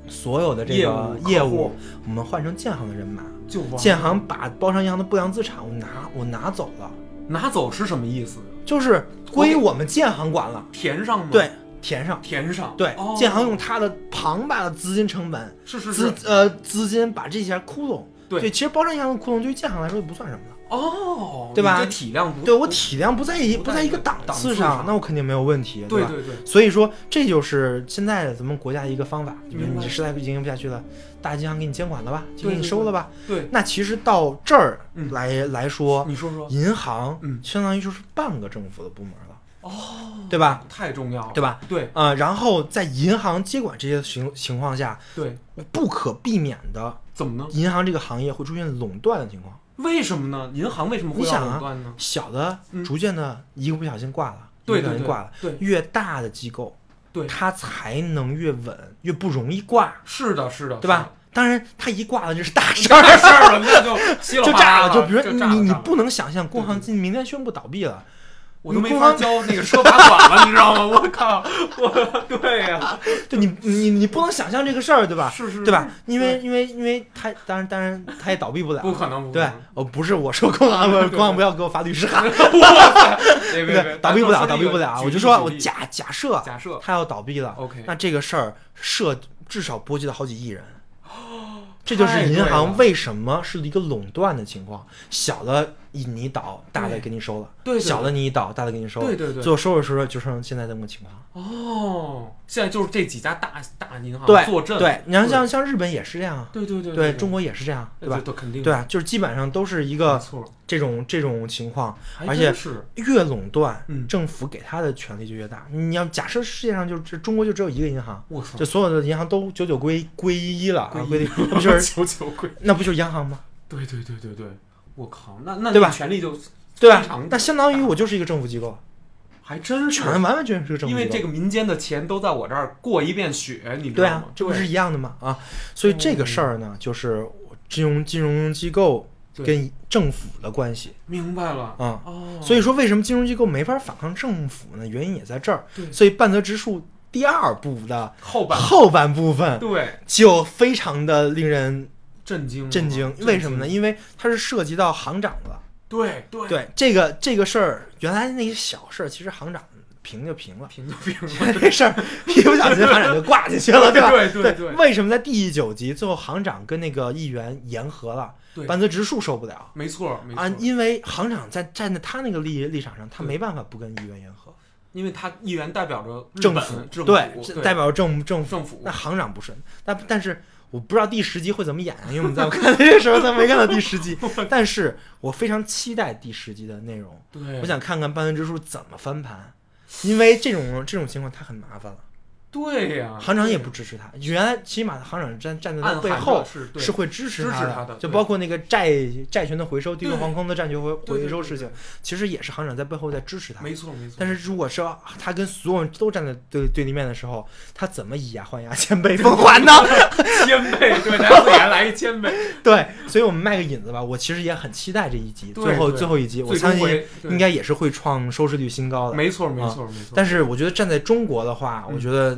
S2: 所有的这个
S1: 业务
S2: 业
S1: 客户
S2: 务，我们换成建行的人马。
S1: 就完
S2: 建行把包商银行的不良资产我拿我拿走了，
S1: 拿走是什么意思？啊
S2: 就是归我们建行管了。
S1: 填上吗？
S2: 对，，填上。
S1: 填上。
S2: 对
S1: 哦，
S2: 建行用它的庞大的资金成本，
S1: 是是
S2: 资
S1: 是，
S2: 呃资金把这些窟窿，
S1: 对
S2: 其实包商银行的窟窿对于建行来说也不算什么的。
S1: 哦，
S2: 对吧
S1: 你这体量不
S2: 对我体量不在一
S1: 不
S2: 不
S1: 在
S2: 在一
S1: 一
S2: 个
S1: 个
S2: 档
S1: 档
S2: 次
S1: 次
S2: 上
S1: 上，
S2: 那我肯定没有问题，
S1: 对
S2: 吧？
S1: 对对，
S2: 所以说，这就是现在咱们国家一个方法，就是
S1: 明白
S2: 你实在经营不下去了，大银行给你监管了吧，就
S1: 对
S2: 给你收了吧。
S1: 对
S2: 那其实到这儿
S1: 嗯
S2: 来、来说，
S1: 你说说，
S2: 银行
S1: 嗯
S2: 相当于就是半个政府的部门了，哦，对吧？
S1: 太重要了，
S2: 对吧？
S1: 对
S2: 啊、然后在银行接管这些情情况下，
S1: 对，
S2: 不可避免的，
S1: 怎么呢？
S2: 银行这个行业会出现垄断的情况。
S1: 为什么呢？银行为什么会
S2: 你想
S1: 要
S2: 啊
S1: 垄断呢？
S2: 小的
S1: 嗯
S2: 逐渐的一个不小心挂了，
S1: 对
S2: 一个
S1: 对
S2: 不小心
S1: 对
S2: 挂了。
S1: 对
S2: 越大的机构，
S1: 对
S2: 他才能越稳，越不容易挂，
S1: 是的，是的，
S2: 对 吧？当然，他一挂了这是大
S1: 是
S2: 事
S1: 的？
S2: 儿，
S1: 这事儿了，那 就稀里
S2: 就
S1: 哗
S2: 炸
S1: 啦
S2: 了。
S1: 了，
S2: 就比如说
S1: 这
S2: 你
S1: 炸了
S2: 你你
S1: 炸了
S2: 不能想象工
S1: 对
S2: 行
S1: 对
S2: 今明天宣布倒闭 了，
S1: 我都没
S2: 你
S1: 法
S2: 光
S1: 交那个车罚款了，你知道吗？我靠，我对呀，
S2: 对你你你不能想象这个事儿，对吧？
S1: 是是，
S2: 对吧？因为
S1: 对
S2: 因为因为他当然当然他也倒闭不了，
S1: 不可能，不可
S2: 对
S1: 能，
S2: 哦，不是我说工行，我
S1: 对
S2: 工行不要给我发律 师函，
S1: 别别
S2: 对
S1: 别，，
S2: 倒闭不了，倒闭不
S1: 咱
S2: 了。
S1: 就
S2: 我就
S1: 这个
S2: 说我
S1: 举例
S2: 假哎假设
S1: 假设
S2: 他要倒闭了，
S1: ，OK，
S2: 那这个事儿涉至少波及到好几亿人。这就是
S1: 哦太
S2: 银
S1: 对
S2: 行
S1: 了
S2: 为什么是一个垄断的情况，小的你倒，大的
S1: 对
S2: 给你收了；
S1: 对对
S2: 小的你倒，大的给你收了。
S1: 对对啊对
S2: 最后收着收着就剩现在这么个情况。
S1: 哦，现在就是这几家大大银行
S2: 对，
S1: 坐镇，
S2: 对，你像像像日本也是这样啊，
S1: 对对对
S2: 对中国也是这样，对
S1: 对
S2: 吧？
S1: 对，肯定
S2: 对，啊，就是基本上都是一
S1: 没
S2: 个
S1: 错，
S2: 这种这种情况，
S1: 还
S2: 而且
S1: 真是
S2: 越垄断，
S1: 嗯
S2: 政府给他的权力就越大。你要假设世界上就是中国就只有一个银行，
S1: 我操
S2: 就，所有的银行都九九归归一了啊，
S1: 一
S2: 归零，那不就 是
S1: 九九贵？
S2: 那不就是央行吗？
S1: 对对对对对，我靠，那那
S2: 对吧
S1: 你权力就
S2: 对啊吧
S1: 非常？
S2: 那相当于我就是一个政府机构，
S1: 还真是
S2: 全，完完全全是个政府
S1: 因
S2: 机构。
S1: 为这个民间的钱都在我这儿过一遍血，你知
S2: 对
S1: 道
S2: 啊
S1: 吗？，
S2: 这不是一样的吗？啊，所以这个事儿呢，就是金融金融机构
S1: 对
S2: 跟政府的关系
S1: 明白了
S2: 啊。
S1: 哦，
S2: 所以说，为什么金融机构没法反抗政府呢？原因也在这儿。
S1: 对
S2: 所以半泽直树第二部的
S1: 后半
S2: 后半部分
S1: 对
S2: 就非常的令人
S1: 震惊
S2: 嗯震惊，为什么呢？？因为它是涉及到行长了。
S1: 对对，
S2: 对这个这个事儿，原来那些小事儿，其实行长平就平了。
S1: 平就 平
S2: 现在这事儿一不小心，行长就挂进去了，
S1: 对
S2: 吧？
S1: 对对
S2: 对
S1: 对
S2: 为什么在第九集最后行长跟那个议员言和了？
S1: 对
S2: 半泽直树受不了
S1: 没错没错
S2: 啊，，因为行长在站在他那个立立场上，他
S1: 对
S2: 没办法不跟议员言和。
S1: 因为他议员代表着日
S2: 政
S1: 本
S2: 府
S1: 政
S2: 对
S1: 府
S2: 这代表政政府，
S1: 政府
S2: 那行长不是，但但是我不知道第十集会怎么演，啊因为我们在看这个时候咱没看到第十 集，但是我非常期待第十集的内容，
S1: 对，
S2: 我想看看半泽直树怎么翻盘，因为这种这种情况他很麻烦了，
S1: 对呀，
S2: 行长也
S1: 对
S2: 不支持他，原来起码行长站站在
S1: 暗含
S2: 他背
S1: 着
S2: 后。
S1: 是对
S2: 是会支
S1: 支
S2: 持
S1: 持
S2: 的，
S1: 他的
S2: 就
S1: 对
S2: 包括那个债债权的回收，帝国
S1: 对
S2: 航空的债权回
S1: 对对
S2: 回收
S1: 对
S2: 事情
S1: 对，
S2: 其实也是行长在背后在支持他。
S1: 没错没错，
S2: 但是如果是他跟所有人都站在对对立面的时候，他怎么以牙还牙，千倍奉还 呢？
S1: 千倍，对，咱自己还来一千倍，
S2: 对，所以我们卖个引子吧。我其实也很期待这一集，
S1: 对
S2: 最后
S1: 对
S2: 最后一 集，我
S1: 最终
S2: 相信
S1: 回对
S2: 应该也是会创收视率新高的。
S1: 没错没
S2: 啊
S1: 错没错，
S2: 但是我觉得站在中国的话，我
S1: 嗯
S2: 觉得。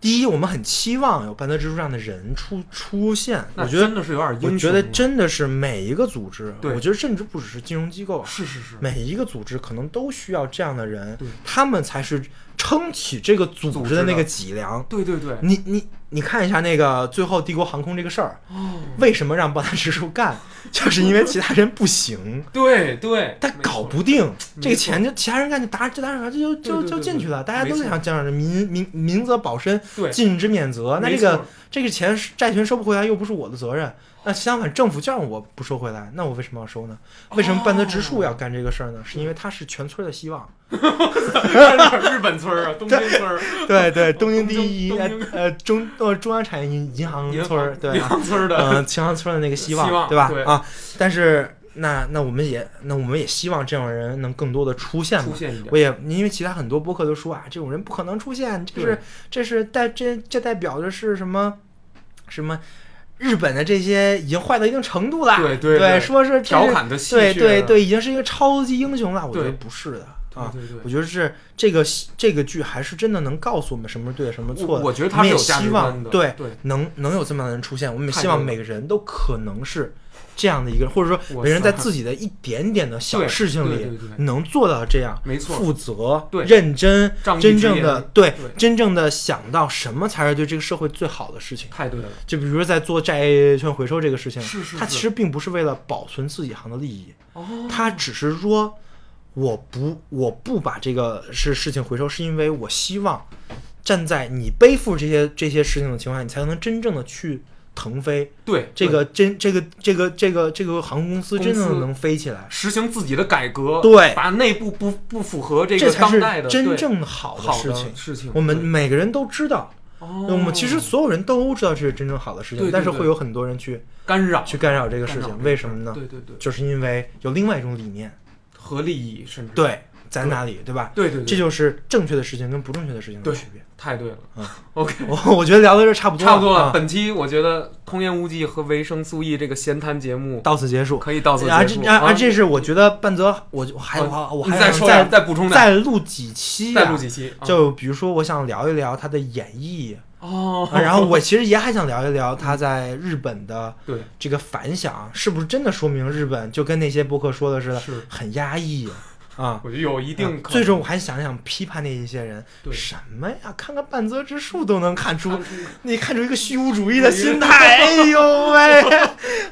S2: 第一，我们很期望有半泽直树这样的人出出现。
S1: 那
S2: 我觉得
S1: 真的是有点英雄
S2: 我
S1: 了，
S2: 觉得真的是每一个组织，
S1: 对
S2: 我觉得甚至不只是金融机构，啊
S1: 是是是，
S2: 每一个组织可能都需要这样的人
S1: 对，
S2: 他们才是撑起这个组
S1: 组
S2: 织
S1: 织
S2: 的
S1: 的
S2: 那个脊梁。
S1: 对对对，
S2: 你你你看一下那个最后帝国航空这个事儿，
S1: 哦，
S2: 为什么让鲍达直树干， 就是因为其他人不行。
S1: 对对，
S2: 他
S1: 没
S2: 搞
S1: 错
S2: 不定
S1: 没
S2: 这个
S1: 错
S2: 钱，就其他人干就打这打这就就
S1: 对对
S2: 就
S1: 对
S2: 进去了，
S1: 对
S2: 大家
S1: 没
S2: 都
S1: 错
S2: 想这样的民民民则保身，
S1: 对
S2: 禁之免责。那
S1: 没
S2: 这个
S1: 错
S2: 这个钱是债权收不回来又不是我的责任，那相反政府就让我不收回来，那我为什么要收呢？为什么半泽直
S1: 哦
S2: 树要干这个事儿呢？是因为他是全村的希 望。
S1: 日本村儿啊，东京村 儿，
S2: 对对，东京
S1: 东京
S2: 第一
S1: 东
S2: 呃
S1: 京
S2: 呃中呃中央产业银银行
S1: 银行
S2: 村儿，对
S1: 银，行村儿啊的，
S2: 嗯，秦行村的那个希望，
S1: 希望
S2: 对吧？
S1: 对
S2: 啊，但是那那我们也那我们也希望这种人能更多的出现
S1: 出
S2: 嘛。
S1: 现一点
S2: 我，也因为其他很多播客都说啊，这种人不可能出现，这是
S1: 对
S2: 这是代这这代表的是什么什么？日本的这些已经坏到一定程度了，
S1: 对对对
S2: 说是这
S1: 调
S2: 是
S1: 侃的戏
S2: 对
S1: 谑
S2: 对
S1: 的
S2: 对，已经是一个超级英雄了。我觉得
S1: 对
S2: 不是的啊，
S1: 对对
S2: 我
S1: 对。
S2: 觉得是这个这个剧还是真的能告诉我们什么是对的，什么是错
S1: 我
S2: 的。
S1: 我觉得
S2: 我
S1: 他
S2: 们
S1: 是
S2: 也
S1: 有价
S2: 希
S1: 值观
S2: 望
S1: 的，
S2: 对
S1: 对，
S2: 能能有这么样的人出现，我们也
S1: 太
S2: 希望
S1: 对了
S2: 每个人都可能是这样的一个人，或者说
S1: 我
S2: 每人在
S1: 操
S2: 自己的一点点的小
S1: 对
S2: 事情
S1: 对
S2: 里
S1: 对对
S2: 能做到这样，
S1: 没错
S2: 负责、
S1: 对
S2: 认真、
S1: 仗义
S2: 真
S1: 执
S2: 正
S1: 言
S2: 的对
S1: 对
S2: 真正的想到什么才是对这个社会最好的事情。
S1: 太对了，
S2: 就比如说在做债券回收这个事情，
S1: 是是
S2: 他
S1: 是
S2: 其实并不是为了保存自己行的利益，
S1: 哦，
S2: 他只是说，我不我不把这个事事情回收，是因为我希望站在你背负这些这些事情的情况下，你才能真正的去腾飞。
S1: 对
S2: 这
S1: 对
S2: 个真这个这个这个这个航空公司
S1: 公
S2: 真
S1: 司
S2: 正能飞起来，
S1: 实行自己的改革，
S2: 对
S1: 把内部不不符合这
S2: 这
S1: 个
S2: 才
S1: 当代
S2: 是
S1: 的
S2: 真
S1: 对
S2: 正好的
S1: 好
S2: 事
S1: 的
S2: 情。
S1: 事情。
S2: 我们
S1: 对
S2: 每个人都知道，
S1: 哦，
S2: 我们其实所有人都知道这是真正好的事情，
S1: 对对
S2: 但是
S1: 对
S2: 会有很多人去
S1: 干扰
S2: 去干扰这个事
S1: 干扰
S2: 情，
S1: 这
S2: 为
S1: 个
S2: 什么呢？
S1: 对对对，
S2: 就是因为有另外一种理念，
S1: 和利益甚至
S2: 对，在哪里，对吧？
S1: 对对
S2: 这
S1: 对，
S2: 就是正确的事情跟不正确的事情的
S1: 对
S2: 区别。
S1: 太对了
S2: 嗯。
S1: OK，
S2: 我我觉得聊到这儿差不多了，
S1: 差不多了。
S2: 啊
S1: 本期我觉得《童言无忌》和《维生素 E》这个闲谈节目
S2: 到此结束。
S1: 可以到此
S2: 啊，
S1: 结
S2: 这
S1: 束
S2: 啊啊，这是我觉得半泽，我我还我我
S1: 你
S2: 还
S1: 哦再
S2: 想
S1: 说
S2: 再
S1: 点再补充点，
S2: 再录几期
S1: 再
S2: 啊
S1: 录？几期。啊
S2: 就比如说，我想聊一聊他的演 绎，
S1: 哦，
S2: 啊然后我其实也还想聊一聊他在日本的
S1: 对
S2: 这个反响，是不是真的说明日本就跟那些播客说的似的，
S1: 是，
S2: 很压抑啊？
S1: 我觉得有一定
S2: 啊
S1: 可
S2: 最终我还想想批判那一些人，
S1: 对
S2: 什么呀？看看半泽之树都能看出
S1: 能。
S2: 你看出一个虚无主义的 心态，哎呦喂！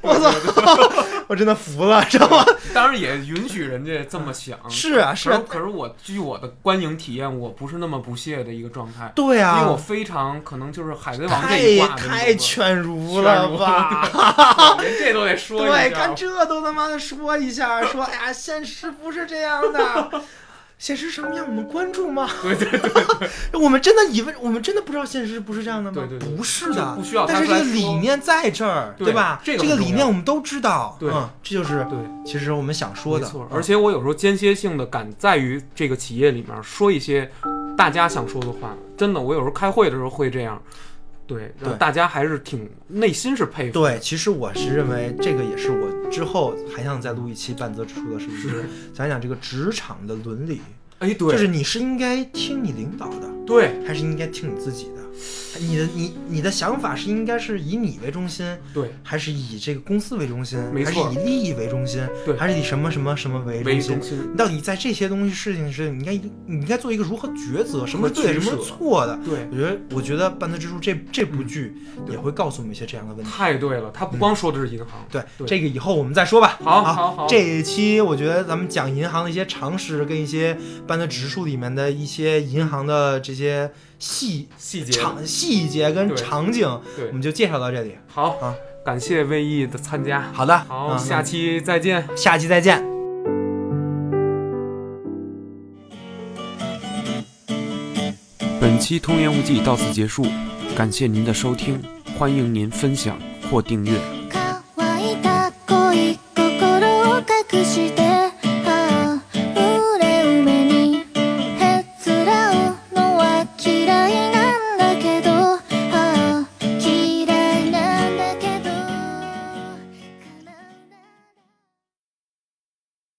S2: 我操，我真的服了，知道吗？
S1: 当然也允许人家这么想。
S2: 是啊，是
S1: 可是
S2: 啊，
S1: 可是我据我的观影体验，我不是那么不屑的一个状态，
S2: 对
S1: 因为我
S2: 啊，
S1: 非常可能就是《海贼王》这一
S2: 太
S1: 挂的那
S2: 太
S1: 种
S2: 犬儒
S1: 了
S2: 了吧？
S1: 连这都得说一
S2: 对，
S1: 下啊
S2: 看。这都他妈的说一下，说哎呀，现实不是这样的， 现实什么样我们关注吗？
S1: 对对对
S2: 我们真的以为我们真的不知道现实不是这样的吗？
S1: 对对对
S2: 不是
S1: 就
S2: 的，
S1: 不需要他
S2: 但是这
S1: 来
S2: 个
S1: 说
S2: 理念在这儿，
S1: 对
S2: 吧？
S1: 这
S2: 这
S1: 个很
S2: 理
S1: 重要
S2: 念我们都知道，
S1: 对
S2: 嗯，这就是
S1: 对，
S2: 其实我们想说
S1: 没
S2: 的，
S1: 错。啊
S2: 嗯
S1: 而且我有时候间歇性的敢在于这个企业里面说一些大家想说的话，真的，我有时候开会的时候会这样。对，让
S2: 对
S1: 大家还是挺内心是佩服。
S2: 对，其实我是认为这个也是我之后还想再录一期半泽直树的事情，就是讲一讲这个职场的伦理，
S1: 哎，对，
S2: 就是你是应该听你领导的，
S1: 对
S2: 还是应该听你自己的？你的你你的想法是应该是以你为中心，
S1: 对
S2: 还是以这个公司为中心？
S1: 没
S2: 还是
S1: 错
S2: 以利益为中心？
S1: 对
S2: 还是以什么什么什么为
S1: 为
S2: 中心
S1: 中？心。
S2: 你到底在这些东西事情是你应该你应该做一个如何抉择？什
S1: 如
S2: 么是
S1: 何
S2: 对的，
S1: 取
S2: 什么是
S1: 舍
S2: 错的？
S1: 对，嗯
S2: 我觉得我觉得《半泽直树》这这部剧
S1: 对
S2: 也会告诉我们一些这样的问题。
S1: 太对了，他不光说的是银行，
S2: 对，
S1: 对
S2: 这个以后我们再说吧。
S1: 好
S2: 好
S1: 好好
S2: 这一期我觉得咱们讲银行的一些常识，跟一些班的指数里面的一些银行的这些细
S1: 细节。
S2: 场细节跟
S1: 对
S2: 场景，我
S1: 对，
S2: 们就介绍到这里。
S1: 好，
S2: 啊
S1: 感谢魏毅的参加。
S2: 好的，
S1: 好，
S2: 嗯
S1: 下期再见。
S2: 下期再见。
S1: 本期《通言无忌》到此结束，感谢您的收听，欢迎您分享或订阅。